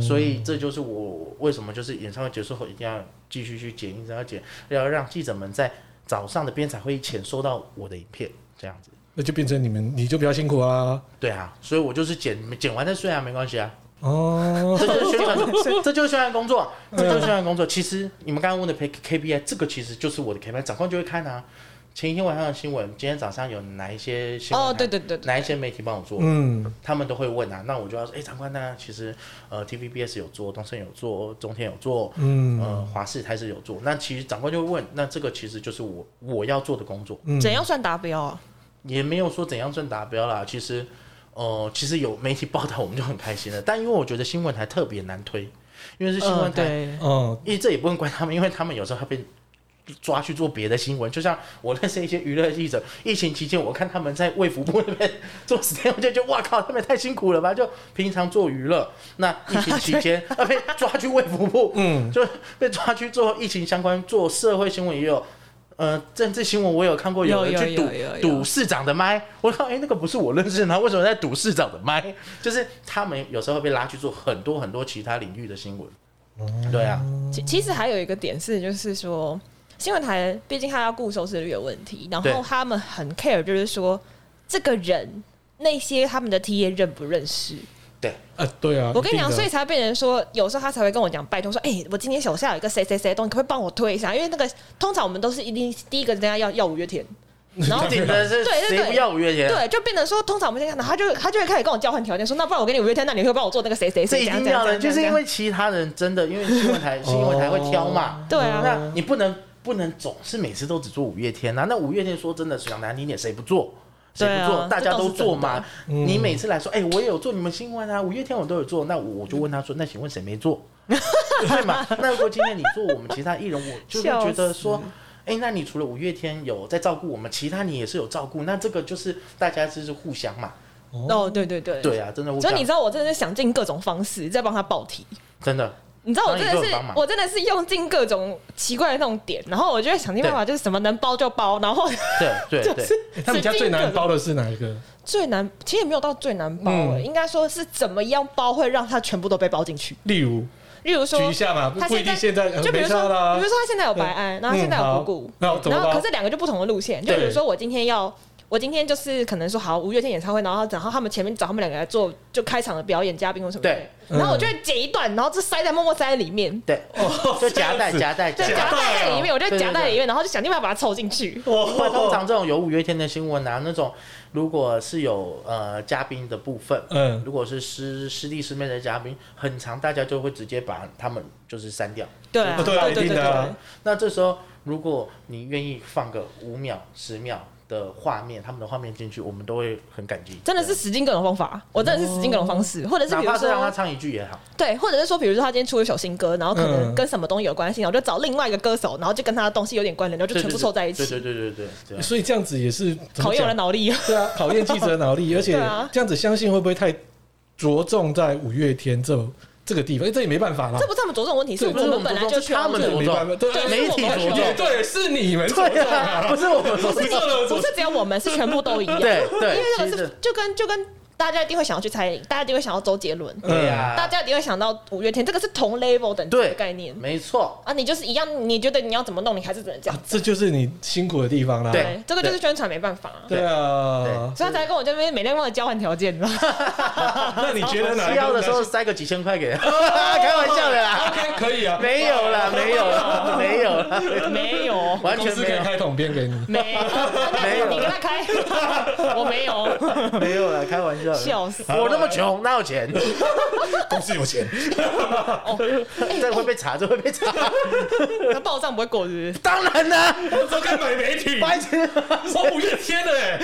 所以这就是我为什么就是演唱会结束后一定要继续去剪，一直要剪，要让记者们在早上的编采会议前收到我的影片，这样子。
那就变成你们，你就比较辛苦啊。
对啊，所以我就是剪剪完再睡啊，没关系啊。
哦，
这就是宣 传，这就是宣传工作，
嗯
这就是宣传工作。其实你们刚刚问的 K K P I，这个其实就是我的 K P I，长官就会看啊。前一天晚上的新闻，今天早上有哪一些新闻？啊
哦对对对对
哪一些媒体帮我做？
嗯，
他们都会问啊，那我就要说，哎、长官呢？其实呃，TVBS 有做，东森有做，中天有做，
嗯
呃，华视台视有做。那其实长官就会问，那这个其实就是我我要做的工作，
嗯
怎样算达标啊？
也没有说怎样算达标啦。其实，呃，其实有媒体报道我们就很开心了，但因为我觉得新闻台特别难推，因为是新
嗯，
闻台，
对，
哦，
因为这也不能怪他们，因为他们有时候还被抓去做别的新闻。就像我认识一些娱乐记者，疫情期间我看他们在卫福部那边做 stand，我就觉得哇靠，他们也太辛苦了吧！就平常做娱 乐，那疫情期间啊被抓去卫福部，
嗯，
就被抓去做疫情相关、做社会新闻也有。呃，政治新闻我有看过，
有
人去
有
赌
有有有
赌市长的麦，我靠，哎、那个不是我认识的，他为什么在赌市长的麦？就是他们有时候被拉去做很多很多其他领域的新闻，
哦
对啊，
其其实还有一个点是，就是说新闻台毕竟它要顾收视率的问题，然
对
后他们很 care，就是说这个人那些他们的 T A 认不认识。
啊，对啊，
我跟你讲，
一定
所
的
以才变成说，有时候他才会跟我讲，拜托说，哎、我今天手下有一个谁谁谁的东西，可不可以帮我推一下？因为那个通常我们都是一定第一个人家要要五月天，然后
顶的是
哦对对对
谁不要五月天？啊
对，就变成说，通常我们先看到，他就他就会开始跟我交换条件，说那不然我给你五月天，那你会帮我做那个谁谁
这
谁
一
这样
定
这样
要的，
这样，
就是因
这样
为其他人真的，因为新闻台 新闻台会挑嘛，
对啊
那你不能不能总是每次都只做五月天啊，那五月天说真的，讲难听点，谁不做？谁
对
不
啊
做？大家
这倒
都
是
做嘛。
真的嗯
你每次来说，哎，我也有做你们新闻啊，五月天我都有做。那我我就问他
嗯
说，那请问谁没做？ 对嘛？那如果今天你做我们其他艺人，我就会
笑
觉得
死
说，哎，那你除了五月天有在照顾我们，其他你也是有照顾，那这个就是大家就是互相嘛。
哦，对对对，
对啊，真的互
所
相
以。你知道，我真的是想尽各种方式在帮他报题。
真的，
你知道我真
帮
的
你
是
各种帮，忙
我真的是用尽各种奇怪的那种点，然后我就会想尽办法，就是什么能包就包，然后
对对对。
就是
欸他们家最难包的是哪一个？
最难，其实也没有到最难包、
嗯
欸应该说是怎么样包会让它全部都被包进去。
例如
例如说
举一，下嘛，
他
不一定现在呃
就比如
没
说，
差啦
比如说他现在有白安，然后现在有谷谷，
啊那怎么
然后
包
可是两个就不同的路线。就比如
对
说我今天要。我今天就是可能说好五月天演唱会，然后然后他们前面找他们两个来做就开场的表演嘉宾或什么的
对，
嗯
然后我就会剪一段，然后就塞在默默塞在里面，
对，
哦
哦
就夹带
这样子
夹带
对，
夹
夹
带。
带在里面，我就
对对
夹在
对
里面，然后就想尽办法把它凑进去。
因为通常
哦，
这种有五月天的新闻啊，那种如果是有呃嘉宾的部分，
嗯
如果是师师弟师妹的嘉宾，很长大家就会直接把他们就是删掉。
对啊，
对啊
对
一定的啊
那这时候如果你愿意放个五秒、十秒的画面，他们的画面进去，我们都会很感激。
真的是使尽各种方法，我真的是使尽各种方式，或者
对，
是
哪
比如
怕是让他
说
唱一句也好。
对，或者是说比如说他今天出了一首新歌，然后可能
嗯
跟什么东西有关系，然后就找另外一个歌手，然后就跟他的东西有点关联，然后就全部凑在一
对
起，
对对对对对对。
所以这样子也是怎么
考验我的
讲
脑力。
对啊，考验记者脑 力，而且
对啊
这样子相信会不会太着重在五月天这这个地方？欸这也没办法啦
这，不是他们着重的问题，是
这
我
不是我
们
们
本来
着重
就是需要
他们
这
着
个
重
没办法，对
对
啊，
媒体着
也
重，
对，是你们
对啊， 不是我们着
不
重
是。了，
不是只有我们，是全部都一样。
对
因为这
对，
个
其
是
实
就跟就跟大家一定会想要去猜，大家一定会想要周杰伦，
嗯
对啊，
大家一定会想到五月天，这个是同 level 等级
对
的概念。
没错。
啊，你就是一样，你觉得你要怎么弄，你还是只能这样
啊。，这就是你辛苦的地方啦。
对
对，这个就是宣传没办法、啊，
对啊，
所以他才跟我这边每天帮我交换条件，你知道吗？
那你觉得哪
需
一个
要的时候塞个几千块 给他， 开玩笑的啦，
？OK，可以啊，
没有啦，没有啦，没有 啦，
没有，
完
公
全
司
没
可以
有，
开桶边给你。
没有，
没有
你跟他开，我没有，
没有啦，开玩笑的。
笑死。
我那么穷，哪有钱？
公司有 钱，
哦哎
这会被查，这会被查。
那报账不会过日，
当然啦，
我都该买媒 体，
白痴，
我五月天的哎，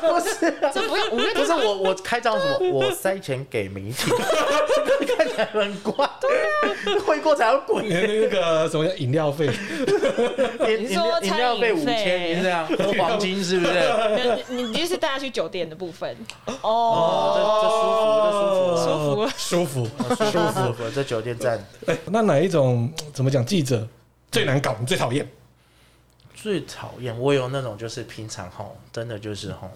不是啊，
这不用，我
不是我，我开张什 么？我塞钱给媒体， 看起来很怪。对啊，会过才要滚。
你的那个什么叫饮料费？
饮饮料饮料费五千，你这样喝黄金是不是？
你你就是带他去酒店的部分，
哦，
舒
舒服。
服，
这哦这舒服，这舒服，舒服，舒服，这酒店站。
哎，那哪一种怎么讲？记者最难搞，你最讨厌？
最讨厌我有那种就是平常吼，真的就是吼，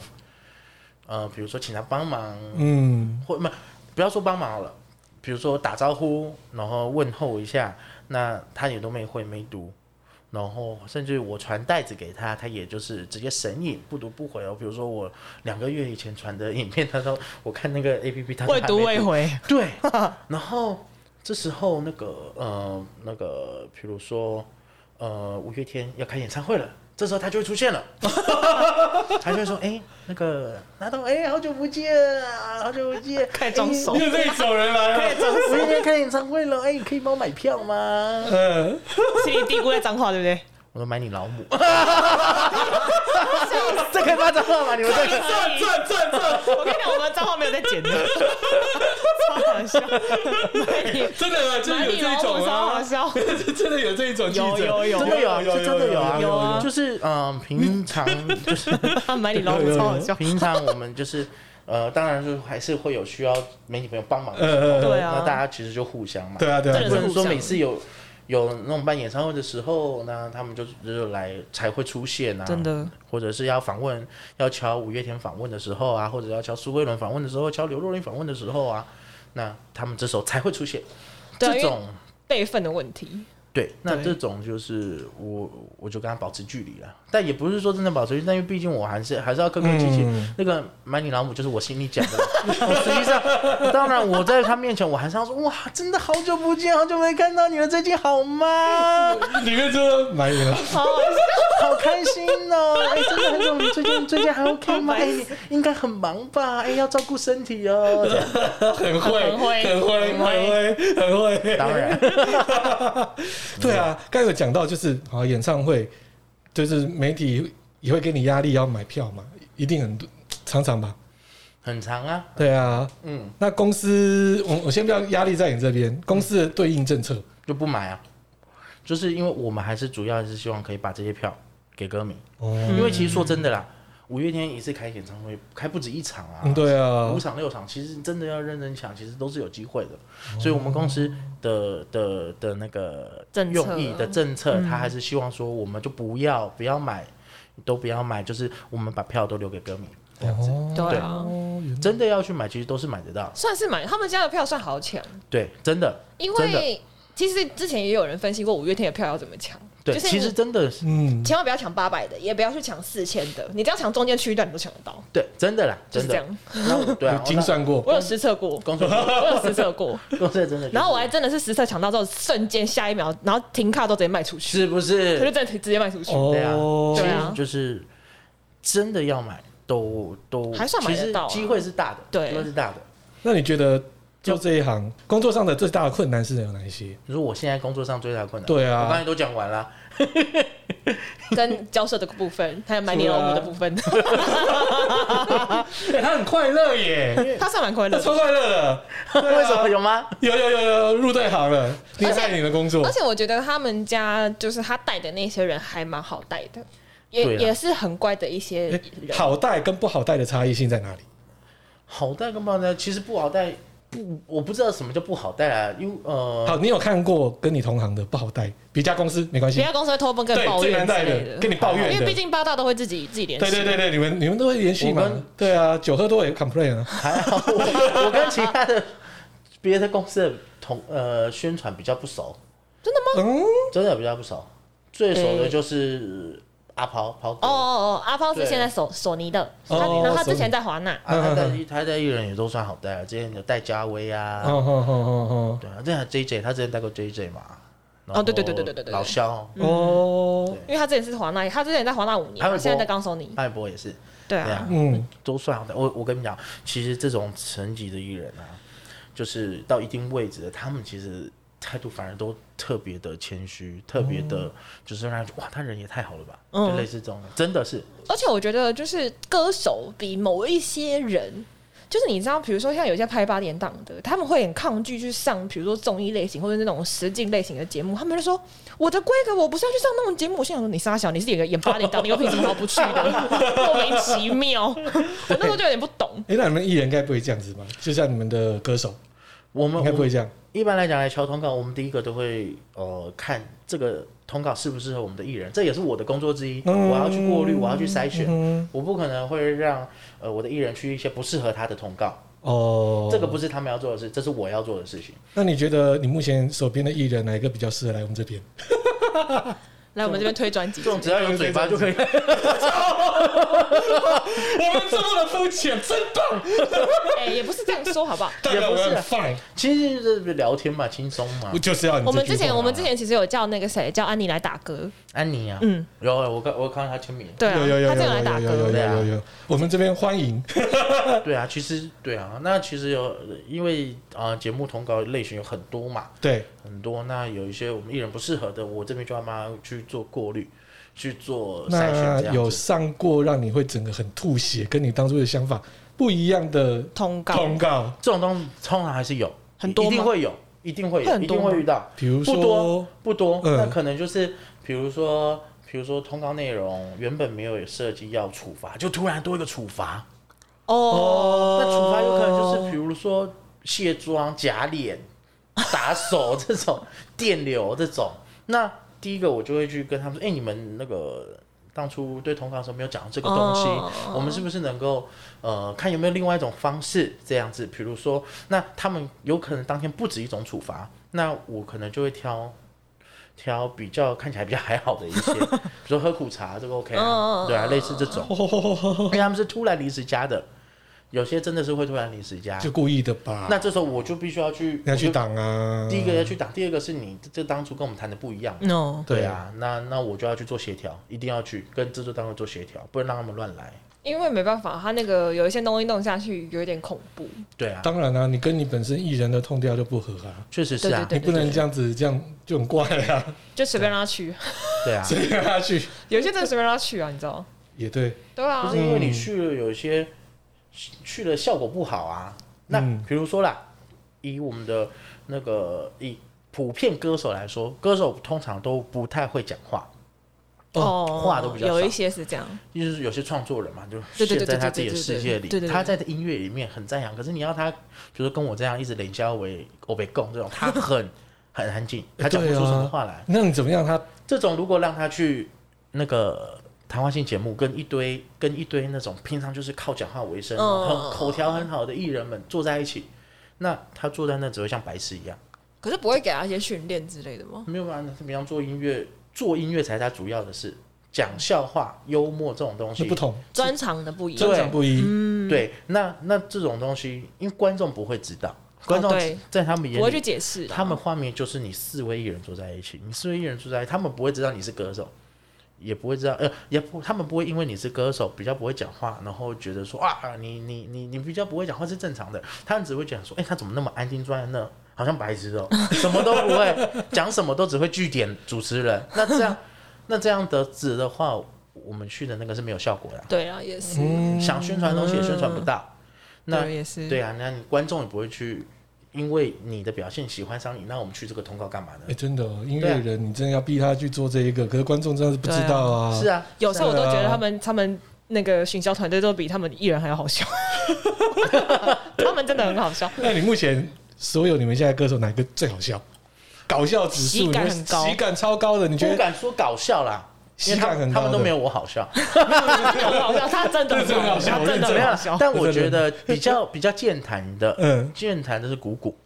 呃，比如说请他帮忙，
嗯，
或不不要说帮忙好了，比如说打招呼，然后问候一下，那他也都没会没读，然后甚至我传袋子给他，他也就是直接神隐不读不回哦。比如说我两个月以前传的影片，他说我看那个 A P P，他都
未
还
读
没
未回，
对，然后这时候那个呃那个，比如说呃五月天要开演唱会了，这时候他就会出现 了，他就会说：“哎、那个拿到哎、好久不见啊，好久不 见，
开始装
哎
熟
又是一种人来了，
五月天开演唱会了，哎、你可以帮我买票吗
嗯，
心里嘀咕在脏话，对不对？？”
我说：“买你 老母。”这可以发脏话吗？你们这个
转转转 转，
我跟你讲，我们脏话没有在剪的，超好笑。
真的啊，真
哪
的有
里
这一
老
种
母超好
啊，
笑？
真的有这一种记
有
者，
有有
真的有啊，
有
是真的有啊，
有啊
就是嗯，平常就是。
买你老母超好笑。
平常我们就是呃，当然是还是会有需要媒体朋友帮忙的时
呃
候，
呃
对啊
那大家其实就互相嘛，
对啊对啊
这
不
个
对啊，
能
互
说
相
每次有有那种办演唱会的时候，那他们就就来才会出现啊，
真的，
或者是要访问要敲五月天访问的时候啊，或者要敲苏慧伦访问的时候，敲刘若英访问的时候啊，那他们这时候才会出现，
对啊
这
因为
种。
辈分的问题，
对，那
对
这种就是我，我就跟他保持距离了。但也不是说真的保持距离，但因为毕竟我还是还是要客客气气。
嗯
那个买你老母就是我心里讲的，我实际上，当然我在他面前我还是要说，哇，真的好久不见，好久没看到你了，最近好吗？
里面就买你了，
超好笑。
好开心哦！哎、真的很久，你最近最近还 OK 吗？哎、你应该很忙吧？哎、要照顾身体哦。这样
很会
很会
很会很
很会
会很会，
当然，
对啊，刚有讲到就是啊，演唱会就是媒体也会给你压力要买票嘛，一定很多常常吧。
很长啊，
对啊，
嗯，
那公司我我先不要压力在你这边，公司的对应政策，
就不买啊，就是因为我们还是主要还是希望可以把这些票给歌迷。
哦，
因为其实说真的啦，五月天一次开演唱会开不止一场啊，
嗯，对啊
五，场六场，其实真的要认真抢，其实都是有机会的。
哦
所以我们公司的的的那个
政策嗯
用意的政策，他还是希望说，我们就不要不要买，都不要买，就是我们把票都留给歌迷。
哦
这样子，
对啊，
真的要去买，其实都是买得到。
算是买他们家的票算好抢，
对，真的，
因
真的，
为其实之前也有人分析过五月天的票要怎么抢，
对，
就是
其实
你
真的是。
嗯，
千万不要抢八百的，也不要去抢四千的，你这样抢中间区段你都抢得到，
对，真的啦，
就
真
是这
的。
样。
那我对 啊
有，精算过，
我有实测过，
工作
我有实测过，
工作真的就是。
然后我还真的是实测抢到之后，瞬间下一秒，然后停卡都直接卖出去，
是不是
他就真的直接卖出去，
哦
对啊，其
对
实
啊
就是真的要买，都都
还算买得到啊
其实机会是大的，
对
机会是大的。
那你觉得做这一行工作上的最大的困难是有哪一些？
你说我现在工作上最大的困难，
对
我刚才
啊，
都讲完了，
跟交涉的部分，还有买你老母的部分，
哎他很快乐耶，
他算蛮快
他
乐 的。
超快乐的，对啊
为什么有吗？
有有有有入对行了，你很爱你的工作
而，且我觉得他们家就是他带的那些人还蛮好带的，也
对啦
也是很乖的一些
哎
人。
好带跟不好带的差异性在哪里？
好带跟不好带，其实不好带，不，我不知道什么叫不好带啊，因为呃，
好，你有看过跟你同行的不好带，别家公司没关
别
系，
家公司会偷风跟
对
你抱
最难
怨之
带
类
的，
的，
跟你抱怨
因
的，
为毕竟八大都会自己自己联系。
对对对对，你们你们都会联系
我
嘛
跟？
对啊，酒喝多也 complain 啊。
还好我我跟其他的别的公司的同呃宣传比较不熟，
嗯，
真的比较不熟，最熟的就是阿抛抛哥
哦哦哦，阿炮是
对
现在索索尼的，
哦
他然后他
索
之
尼
前在华纳，
啊，他带他带艺人也都算好带啊，之前有戴嘉威啊，
哦哦哦
对啊，这还 JJ，他之前带过 JJ 嘛。然后
哦对对对对对对对
老肖、
哦哦哦，啊
因为他之前是华纳，他之前在华纳五年啊
还有，
现在在
播
刚索尼。
艾博也是，对
对啊
啊，
嗯，
都算好的。我我跟你讲，其实这种层级的艺人啊，就是到一定位置的，他们其实态度反而都特别的谦虚，特别的，就是让人觉得哇，他人也太好了吧，
哦嗯
就类似这种的，真的是
而且我觉得就是歌手比某一些人。就是你知道，比如说像有些拍八点档的，他们会很抗拒去上，比如说综艺类型或者那种实境类型的节目，他们就说我的规格我不是要去上那种节目。我心想说你傻小，你是演个演八点档，你有凭什么不去 的？莫名其妙，我那时候就有点不懂。
哎，那你们艺人该不会这样子吧？就像你们的歌手，
我们
应该
我
不
们
会这样。
一般来讲来敲通告，我们第一个都会呃看这个通告适不适合我们的艺人，这也是我的工作之一，
嗯
我要去过滤，我要去筛选，
嗯
我不可能会让呃我的艺人去一些不适合他的通告，
哦，
这个不是他们要做的事，这是我要做的事情。
那你觉得你目前手边的艺人哪一个比较适合来我们这边？
来我们这边推专辑
这。种只要有嘴巴就可以。
我们这么的肤浅，真棒！
哎，也不是这样说好不好？
代表我
也
很
不
fine，
其实就是聊天嘛，轻松嘛
我。就是要你这句话。
我们之前我们之前其实有叫那个谁叫安妮来打歌，前
安妮啊，
嗯，
有我看我看到他签名。
对啊，
有有有
他
有
真的
有
来打
有有
歌，
对
有
啊
有有，我们这边欢迎。
对啊，其实对啊，那其实有因为啊、呃节目通告类型有很多嘛，
对，
很多那有一些我们艺人不适合的，我这边就要帮他去做过滤，去做筛选
那
这样
有
子。
上过让你会整个很吐血，跟你当初的想法不一样的
通告
通告，
这种东西通常还是有，
很多吗
一定会有，一定会
会
有，
很
一
多
定
吗
会遇到。
比如
不
说
多不多，
嗯
那可能就是比如说，比如说通告内容原本没有设计要处罚，就突然多一个处罚。
哦，
那处罚有可能就是比如说卸妆、假脸、打手这种、电流这种。那第一个我就会去跟他们说：“哎、你们那个当初对通告的时候没有讲到这个东西，
哦
我们是不是能够呃看有没有另外一种方式这样子？比如说，那他们有可能当天不止一种处罚，那我可能就会挑。”挑比较看起来比较还好的一些，比如说喝苦茶这个 OK
嗯嗯
啊，
嗯
对啊，类似这种，因为他们是突然临时加的，有些真的是会突然临时加。
就故意的吧？
那这时候我就必须要去，
你要去
我就
挡啊！
第一个要去挡，第二个是你这这当初跟我们谈的不一样。
no，
对
对啊，那那我就要去做协调，一定要去跟制作单位做协调，不能让他们乱来。
因为没办法，他那个有一些东西弄下去有一点恐怖，
对啊，
当然啦、你跟你本身艺人的痛调就不合啊，
确实是啊，
对
你
对
不能这样子，这样就很怪啊。
就随便让他去，
对 啊，
这样下去
有一些真的随便让他去啊，你知道？
也对，
对啊
就，是因为你去了有一些去了效果不好啊。那
嗯
比如说啦，以我们的那个以普遍歌手来说，歌手通常都不太会讲话，
哦
话都比较少
有一些是这样，
就是有些创作人嘛，就
对
陷
对对
在他自己
对对
的
对
世
对
界里
对对，对
他在音乐里面很赞扬，可是你要他，比如说跟我这样一直冷笑为我被供这种，他很 很安静，他讲不出什么话来。
那你怎么样？他
这种如果让他去那个谈话性节目，跟一堆跟一堆那种平常就是靠讲话为生、
嗯
很口条很好的艺人们坐在一起，那他坐在那只会像白痴一样，
可是不会给他一些训练之类的吗？
没有办法。平常做音乐，做音乐才是他主要的事，讲笑话、幽默这种东西
那不同，
专长的不一样
专，长不一，
对，嗯那那这种东西，因为观众不会知道，观众
哦对
在他们眼
不会去
里，
解释啦，
他们画面就是你四位艺人坐在一起，你四位艺人坐在一起，他们不会知道你是歌手，也不会知道，呃，也不，他们不会因为你是歌手比较不会讲话，然后觉得说啊，你你你你比较不会讲话是正常的，他们只会讲说，哎、他怎么那么安静坐在那，好像白痴哦， 什么都不会，讲什么都只会据点主持人，那这样那这样的子的话，我们去的那个是没有效果的啊、
对啊，也是，
想宣传的东西也宣传不到。那
对也是，
对啊，那你观众也不会去，因为你的表现喜欢上你，那我们去这个通告干嘛
哎、
呢？
真的哦、音乐人你真的要逼他去做这一个，可是观众真的是不知道啊。
是啊，
有时候我
对
都
啊
觉得他们他们那个行销团队都比他们艺人还要好笑， 他们真的很好笑。
那你目前所有你们现在歌手哪个最好笑？搞笑指数
喜感很高
你们喜感超高的，你觉
不
得
敢说搞笑啦，
喜
因为他
感
们
很
他
高的？
们都没有我 好笑，
他真的很好笑，他真
怎么
的很好笑，他真的很好
样
笑？。
啊但我觉得 比较比较健谈的，
嗯，
健谈的是谷谷，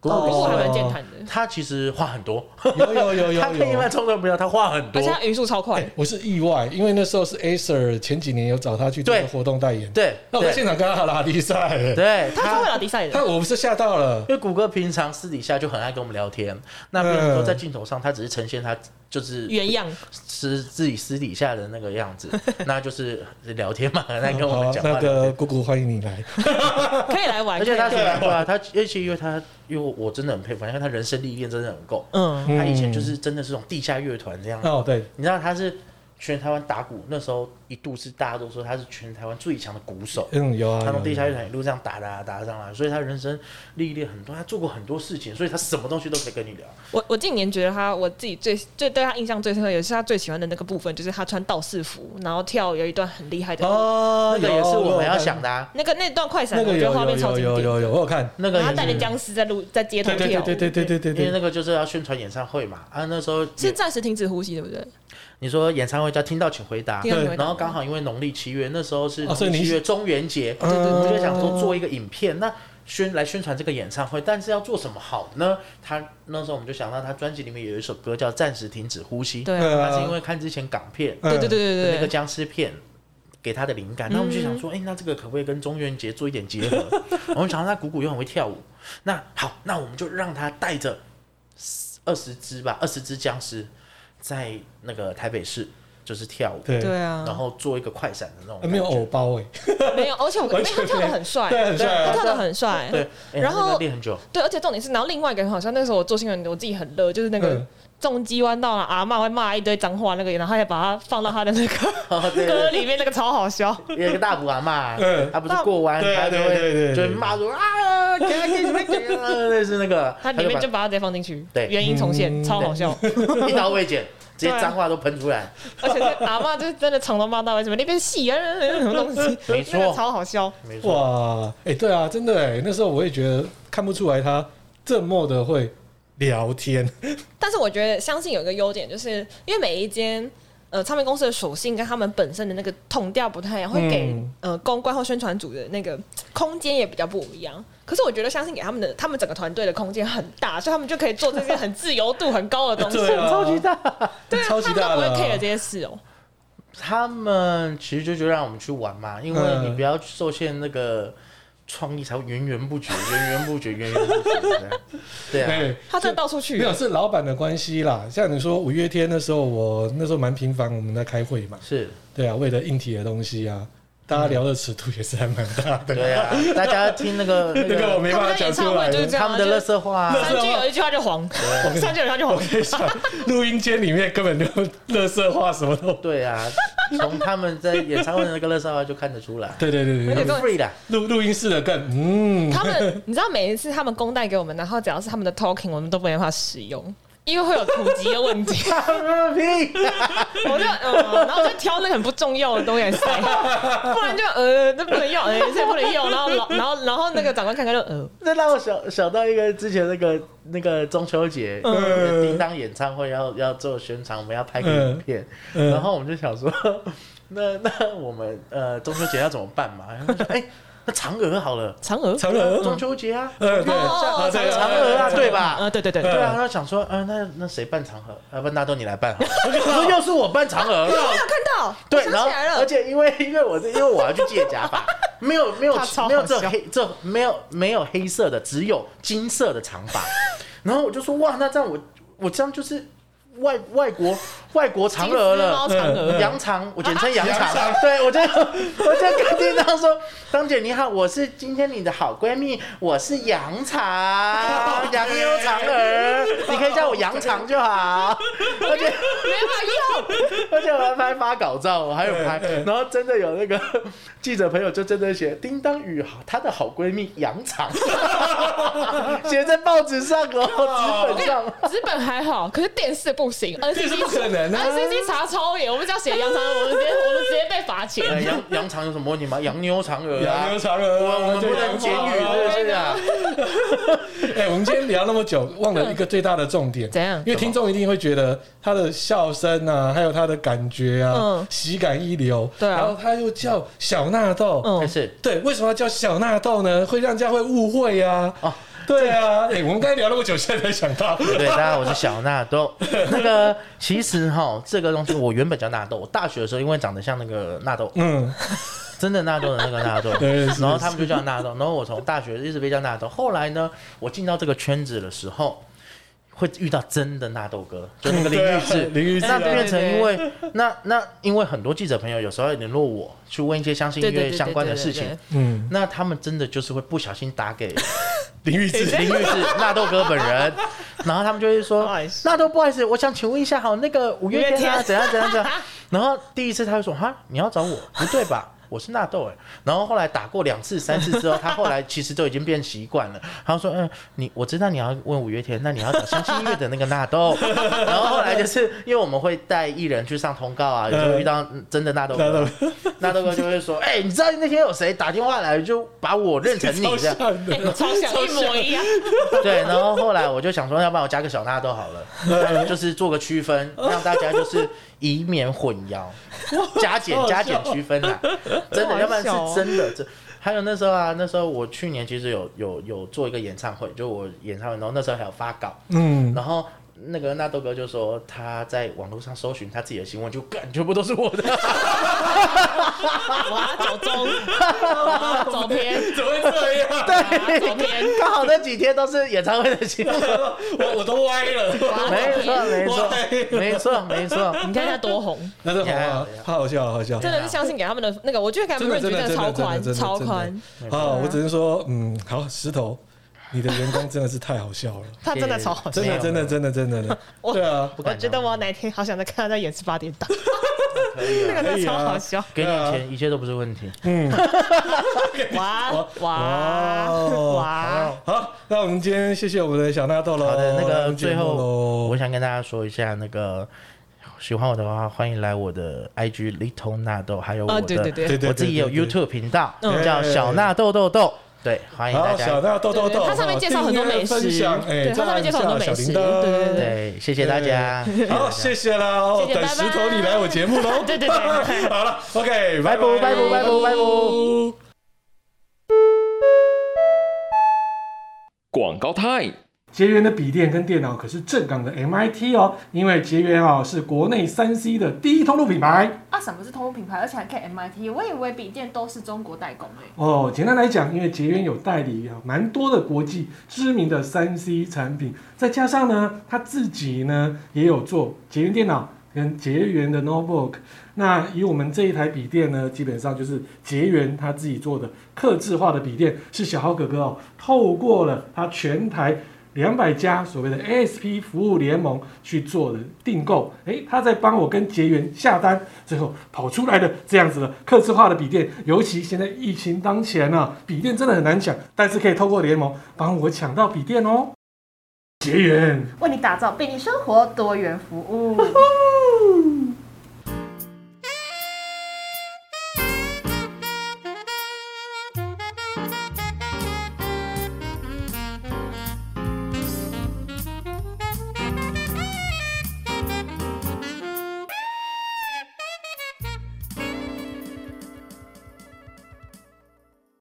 不
谷
过
谷
我还
是
蛮健谈的，
他其实话很多，
哦有有有有有。
他跟一般冲突不一样，他话很
而且
多
他，语速超快
哎，我是意外，因为那时候是 Acer 前几年有找他去做
对
活动代言，
对
那我在
对
现场跟他拉力赛，哎
对，
他超会打比赛
但
的，
我不是吓到了，
因为谷歌平常私底下就很爱跟我们聊天，
嗯
那变成说在镜头上，他只是呈现他就是
原样
私自己私底下的那个 样子，那就是聊天嘛，那跟我
好
们，讲话。
那个姑姑欢迎你来，
可以来玩。
而且他
可以
对
来玩
啊，他而且因为他，因为我真的很佩服他，因为他人生历练真的很够。
嗯，
他以前就是真的是这种地下乐团这样，
哦对，
你知道他是全台湾打鼓，那时候一度是大家都说他是全台湾最强的鼓手。
嗯有啊，
他从
有
地下乐团一路这样打打打上来，所以他人生历练很多，他做过很多事情，所以他什么东西都可以跟你聊。
我我近年觉得他我自己最最对他印象最深刻，也是他最喜欢的那个部分，就是他穿道士服，然后跳有一段很厉害的，
哦，
那个也是我们要
想
想的、啊，
那个那段快闪，
那
我
个
觉得
有
画面
有
超
有
经
有
典。
有有，我有看，
那个
然
也是
后他带着僵尸在路在街头
对对
跳
对，对对对对
因为
对
那个就是要宣传演唱会嘛啊，那时候
是暂时停止呼吸，对不对？
你说演唱会叫听到请回答，
听到请回答
然后刚好因为农历七月那时候是
哦所以
农历
你
七月中元节，
对对对
我就想说做一个影片，那宣来宣传这个演唱会，但是要做什么好呢？他那时候我们就想到他专辑里面有一首歌叫《暂时停止呼吸》，
对
啊
他是因为看之前港片
对对对对
的那个
对对，嗯
僵尸片。给他的灵感，那我们就想说，哎、那这个可不可以跟中元节做一点结合？ 我们想到他鼓鼓又很会跳舞，那好，那我们就让他带着二十只吧，二十只僵尸在那个台北市就是跳舞，
对
对
然
啊，
后做一个快闪的那种
啊
感觉，
没有
哦
偶包哎，
没有，而且我因为
完全
他跳的很帅，
对，很帅
他
啊，
跳的很帅，
对，哎
然
他那个
后
练很久，
对，而且重点是，然后另外一个人好像那时候我做新闻，我自己很热，就是那个
嗯
重击弯道啊，阿嬷会骂一堆脏话那个，然后还把它放到他的那 个
哦对
歌
对
里面，那个超 好笑。
对，有一个大补阿嘛，
嗯
他不是过 弯，
对啊
他就
对对
会
对对
就会骂说啊，给他给你们给啊，类似那个，
他里面
把
就把它直接放进去，
对
原音重现，
嗯
超好笑。
一刀未剪，直接
对啊
脏话都喷出来，
而且那阿嬷就是真的从头骂到尾，什么那边戏啊，什么东西，
没错
那个超好笑。
没错，
哇，哎，对啊，真的哎，那时候我也觉得看不出来他这么的会聊天，
但是我觉得，相信有一个优点，就是因为每一间呃唱片公司的属性跟他们本身的那个痛调不太一样，会给、
嗯
呃公关或宣传组的那个空间也比较不一样。可是我觉得，相信给他们的呃他们整个团队的空间很大，所以他们就可以做这些很自由度很高的东西。
对 啊，超级大，
对啊，
超级
他
大
们
的
都不会 care
啊
这，些事哦、
他们其实就就让我们去玩嘛，因为
嗯
你不要受限那个创意，才会源源不绝，源源不绝，源源不绝这样，对啊，
对，
他真的到处去
没有，是老板的关系啦。像你说五月天那时候，我那时候蛮频繁我们在开会嘛，
是。
对啊，为了硬体的东西啊，大
嗯
家聊的尺度也是还蛮大的。
对啊，大家听那个那
这个我
个
没
他
办法
们的演
讲出
唱会
来
就是
的。
这
他
样
们
啊，
的乐色话啊，
三句有一句话就黄，三句有一句话就黄。
录音间里面根本就乐色话什么都，
对啊，从他们在演唱会的那个乐色话就看得出来，
对对对对
而
对，
且重点
free 的，
录录音室的更嗯，
他们，你知道每一次他们公带给我们，然后只要是他们的 talking，我们都没办法使用，因为会有普及的问题。 我就嗯，然后我就挑那个很不重要的东西 来塞，不然就呃，那不能用，哎、这不能用。然后老，然后，然后那个长官看看就呃，
这让我想想到一个之前那个那个中秋节、
嗯
叮当演唱会要要做宣传，我们要拍个
嗯
影片，
嗯
然后我们就想说， 那那我们呃中秋节要怎么办嘛？然后就说哎、那嫦娥好了，
嫦娥，
嫦娥
中秋节啊，
呃对，
哦
啊对
嫦娥啊，对吧？
呃，对对对，
嗯
对啊，他想说，啊，那那谁办长河？要不然大都你 来办好了。我说又是我办长河，
啊
看到，
对，
我
然
想
后
起来
而
了，
且因为 因为我是因为我要去借假 发，没有没有
他超好
没有这
笑
黑这没有没有黑色的，只有金色的长发。 然后我就说哇，那这样我我这样就是外外国外国
金
嫦
丝
娥了
猫。啊嫦
嗯
娥，
羊肠，我简 称羊
羊
肠
肠。
对我就我就跟叮当说：“当姐你好，我是今天你的好闺蜜，我是羊 肠，羊妞嫦娥，你可以叫我羊肠就好。” 而且
没办法用，
而且我还拍发稿照， 我还有拍
嗯，嗯
然后真的有那个 记者朋友就真的写“叮当与她的好闺蜜杨长”， 写在报纸上 哦，纸本上。
纸本还好，可是电视不行
这是
，NCC
不可能
哎
啊，
NCC 查超严，我们只要写羊肠，我们 直接我们直接被罚钱。
呃杨杨长有什么问题吗？杨妞嫦娥啊
羊，牛嫦娥啊，
我我们不
就
能检
羊
举
啊
是不是啊？
哎、我们今天聊那么久，忘了一个最大的重
嗯
点，
怎样
因为听众一定会觉得他的笑声啊，还有他的感觉啊，
嗯
喜感一流。
对啊
然后他又叫小纳豆，
嗯
但是
对，为什么要叫小纳豆呢？会让人家会误会呀、啊。
哦
对啊，哎、我们刚才聊那么久，现在才想到，
对，大家好，我是小纳 豆。那个其实哈，这个东西我原本叫纳豆，我大学的时候因为长得像那个纳豆，
嗯，
真的纳豆的那个纳豆
对是，
然后他们就叫纳豆，然后我从大学一直被叫纳豆，后来呢，我进到这个圈子的时候。会遇到真的纳豆哥，就那个林
对
玉
啊
志，
林玉志啊
那变成因为那那因为很多记者朋友有时候联络我去问一些相信音乐相关的事情，
嗯，
那他们真的就是会不小心打给
林 玉志，
林玉志纳豆哥本人，然后他们就会
不
说
好意思
纳豆不好意思，我想请问一下，好那个五月天啊
五月天
怎样怎样怎样，然后第一次他就说哈你要找我不对吧？我是纳豆哎、然后后来打过两次、三次之后，他后来其实都已经变习惯了。他说：“嗯，你我知道你要问五月天，那你要找相信音乐的那个纳豆。”然后后来就是因为我们会带艺人去上通告啊，有时候遇到嗯真的纳 豆
纳豆
哥，纳豆哥就会说：“哎、你知道那天有谁打电话来，就把我认成你
超
这样。”
像 的，
哎超像一模一样，
对，然后后来我就想说，要不然我加个小纳豆好了，就是做个区分，让大家就是以啊免混淆，加减加减区分啦。真的，要不然是真的，这还有那时候啊，那时候我去年其实有有有做一个演唱会，就我演唱会，然后那时候还有发稿，
嗯，
然后那个纳豆哥就说他在网络上搜寻他自己的新闻，就干全部都是我的，
哇，走中，走偏，
怎么会这样？
走偏，
刚好那几天都是演唱会的新闻，
我我都歪了，
没错没错
对
没错没错，
你看他多红，
那是好啊，好好笑，好好笑。
真的是相信给他们的那个，我觉得给他们认知啊真的超宽，超宽。
啊！我只能说，嗯，好，石头，你的员工真的是太好 笑了，
他真的超好笑
真，的，真的，真的，真的，
我
对啊，
不
我
敢
觉
讲
得我哪天好想再看他在演十八点档，
可以
那
啊
个真的超好笑。
给你
啊
钱，一切都不是问题。
嗯，
哇哇
哇
哇！
好，那我们今天谢谢我们的小纳豆喽。
好的，那
来我
个
们节
最
目
后
喽
我想跟大家说一下，那个喜欢我的话，欢迎来我的 IG Little 纳豆，还有我
啊，对对
的
对
对，对
我自己有
对对
YouTube 频道
嗯
叫小纳豆豆豆，对，欢迎大
好，小
家。
纳豆豆
对
豆，
对它上面
好
介绍很多美食
订阅分享哎，
对它上面介绍很多美食
小铃铛
对对
对，谢谢大家，
好，谢谢啦，哦
谢谢
等
拜拜
石头你来我节目喽。
对对对
好了，OK，
拜
拜
拜拜拜拜拜拜拜。
广告太。
捷源的笔电跟电脑可是正港的 MIT 哦，因为捷源啊是国内三 C 的第一通路品牌。
啊，什么是通用品牌，而且还可以 MIT，我以为笔电都是中国代工欸诶、
哦，简单来讲，因为捷源有代理啊蛮多的国际知名的三 C 产品，再加上呢他自己呢也有做捷源电脑跟捷源的 notebook。那以我们这一台笔电呢，基本上就是捷源他自己做的刻制化的笔电，是小豪哥哥哦，透过了他全台两百家所谓的 ASP 服务联盟去做的订购，诶，他在帮我跟结缘下单，最后跑出来的这样子的客制化的笔电，尤其现在疫情当前啊，笔电真的很难抢，但是可以透过联盟帮我抢到笔电哦。结缘，
为你打造便利生活，多元服务。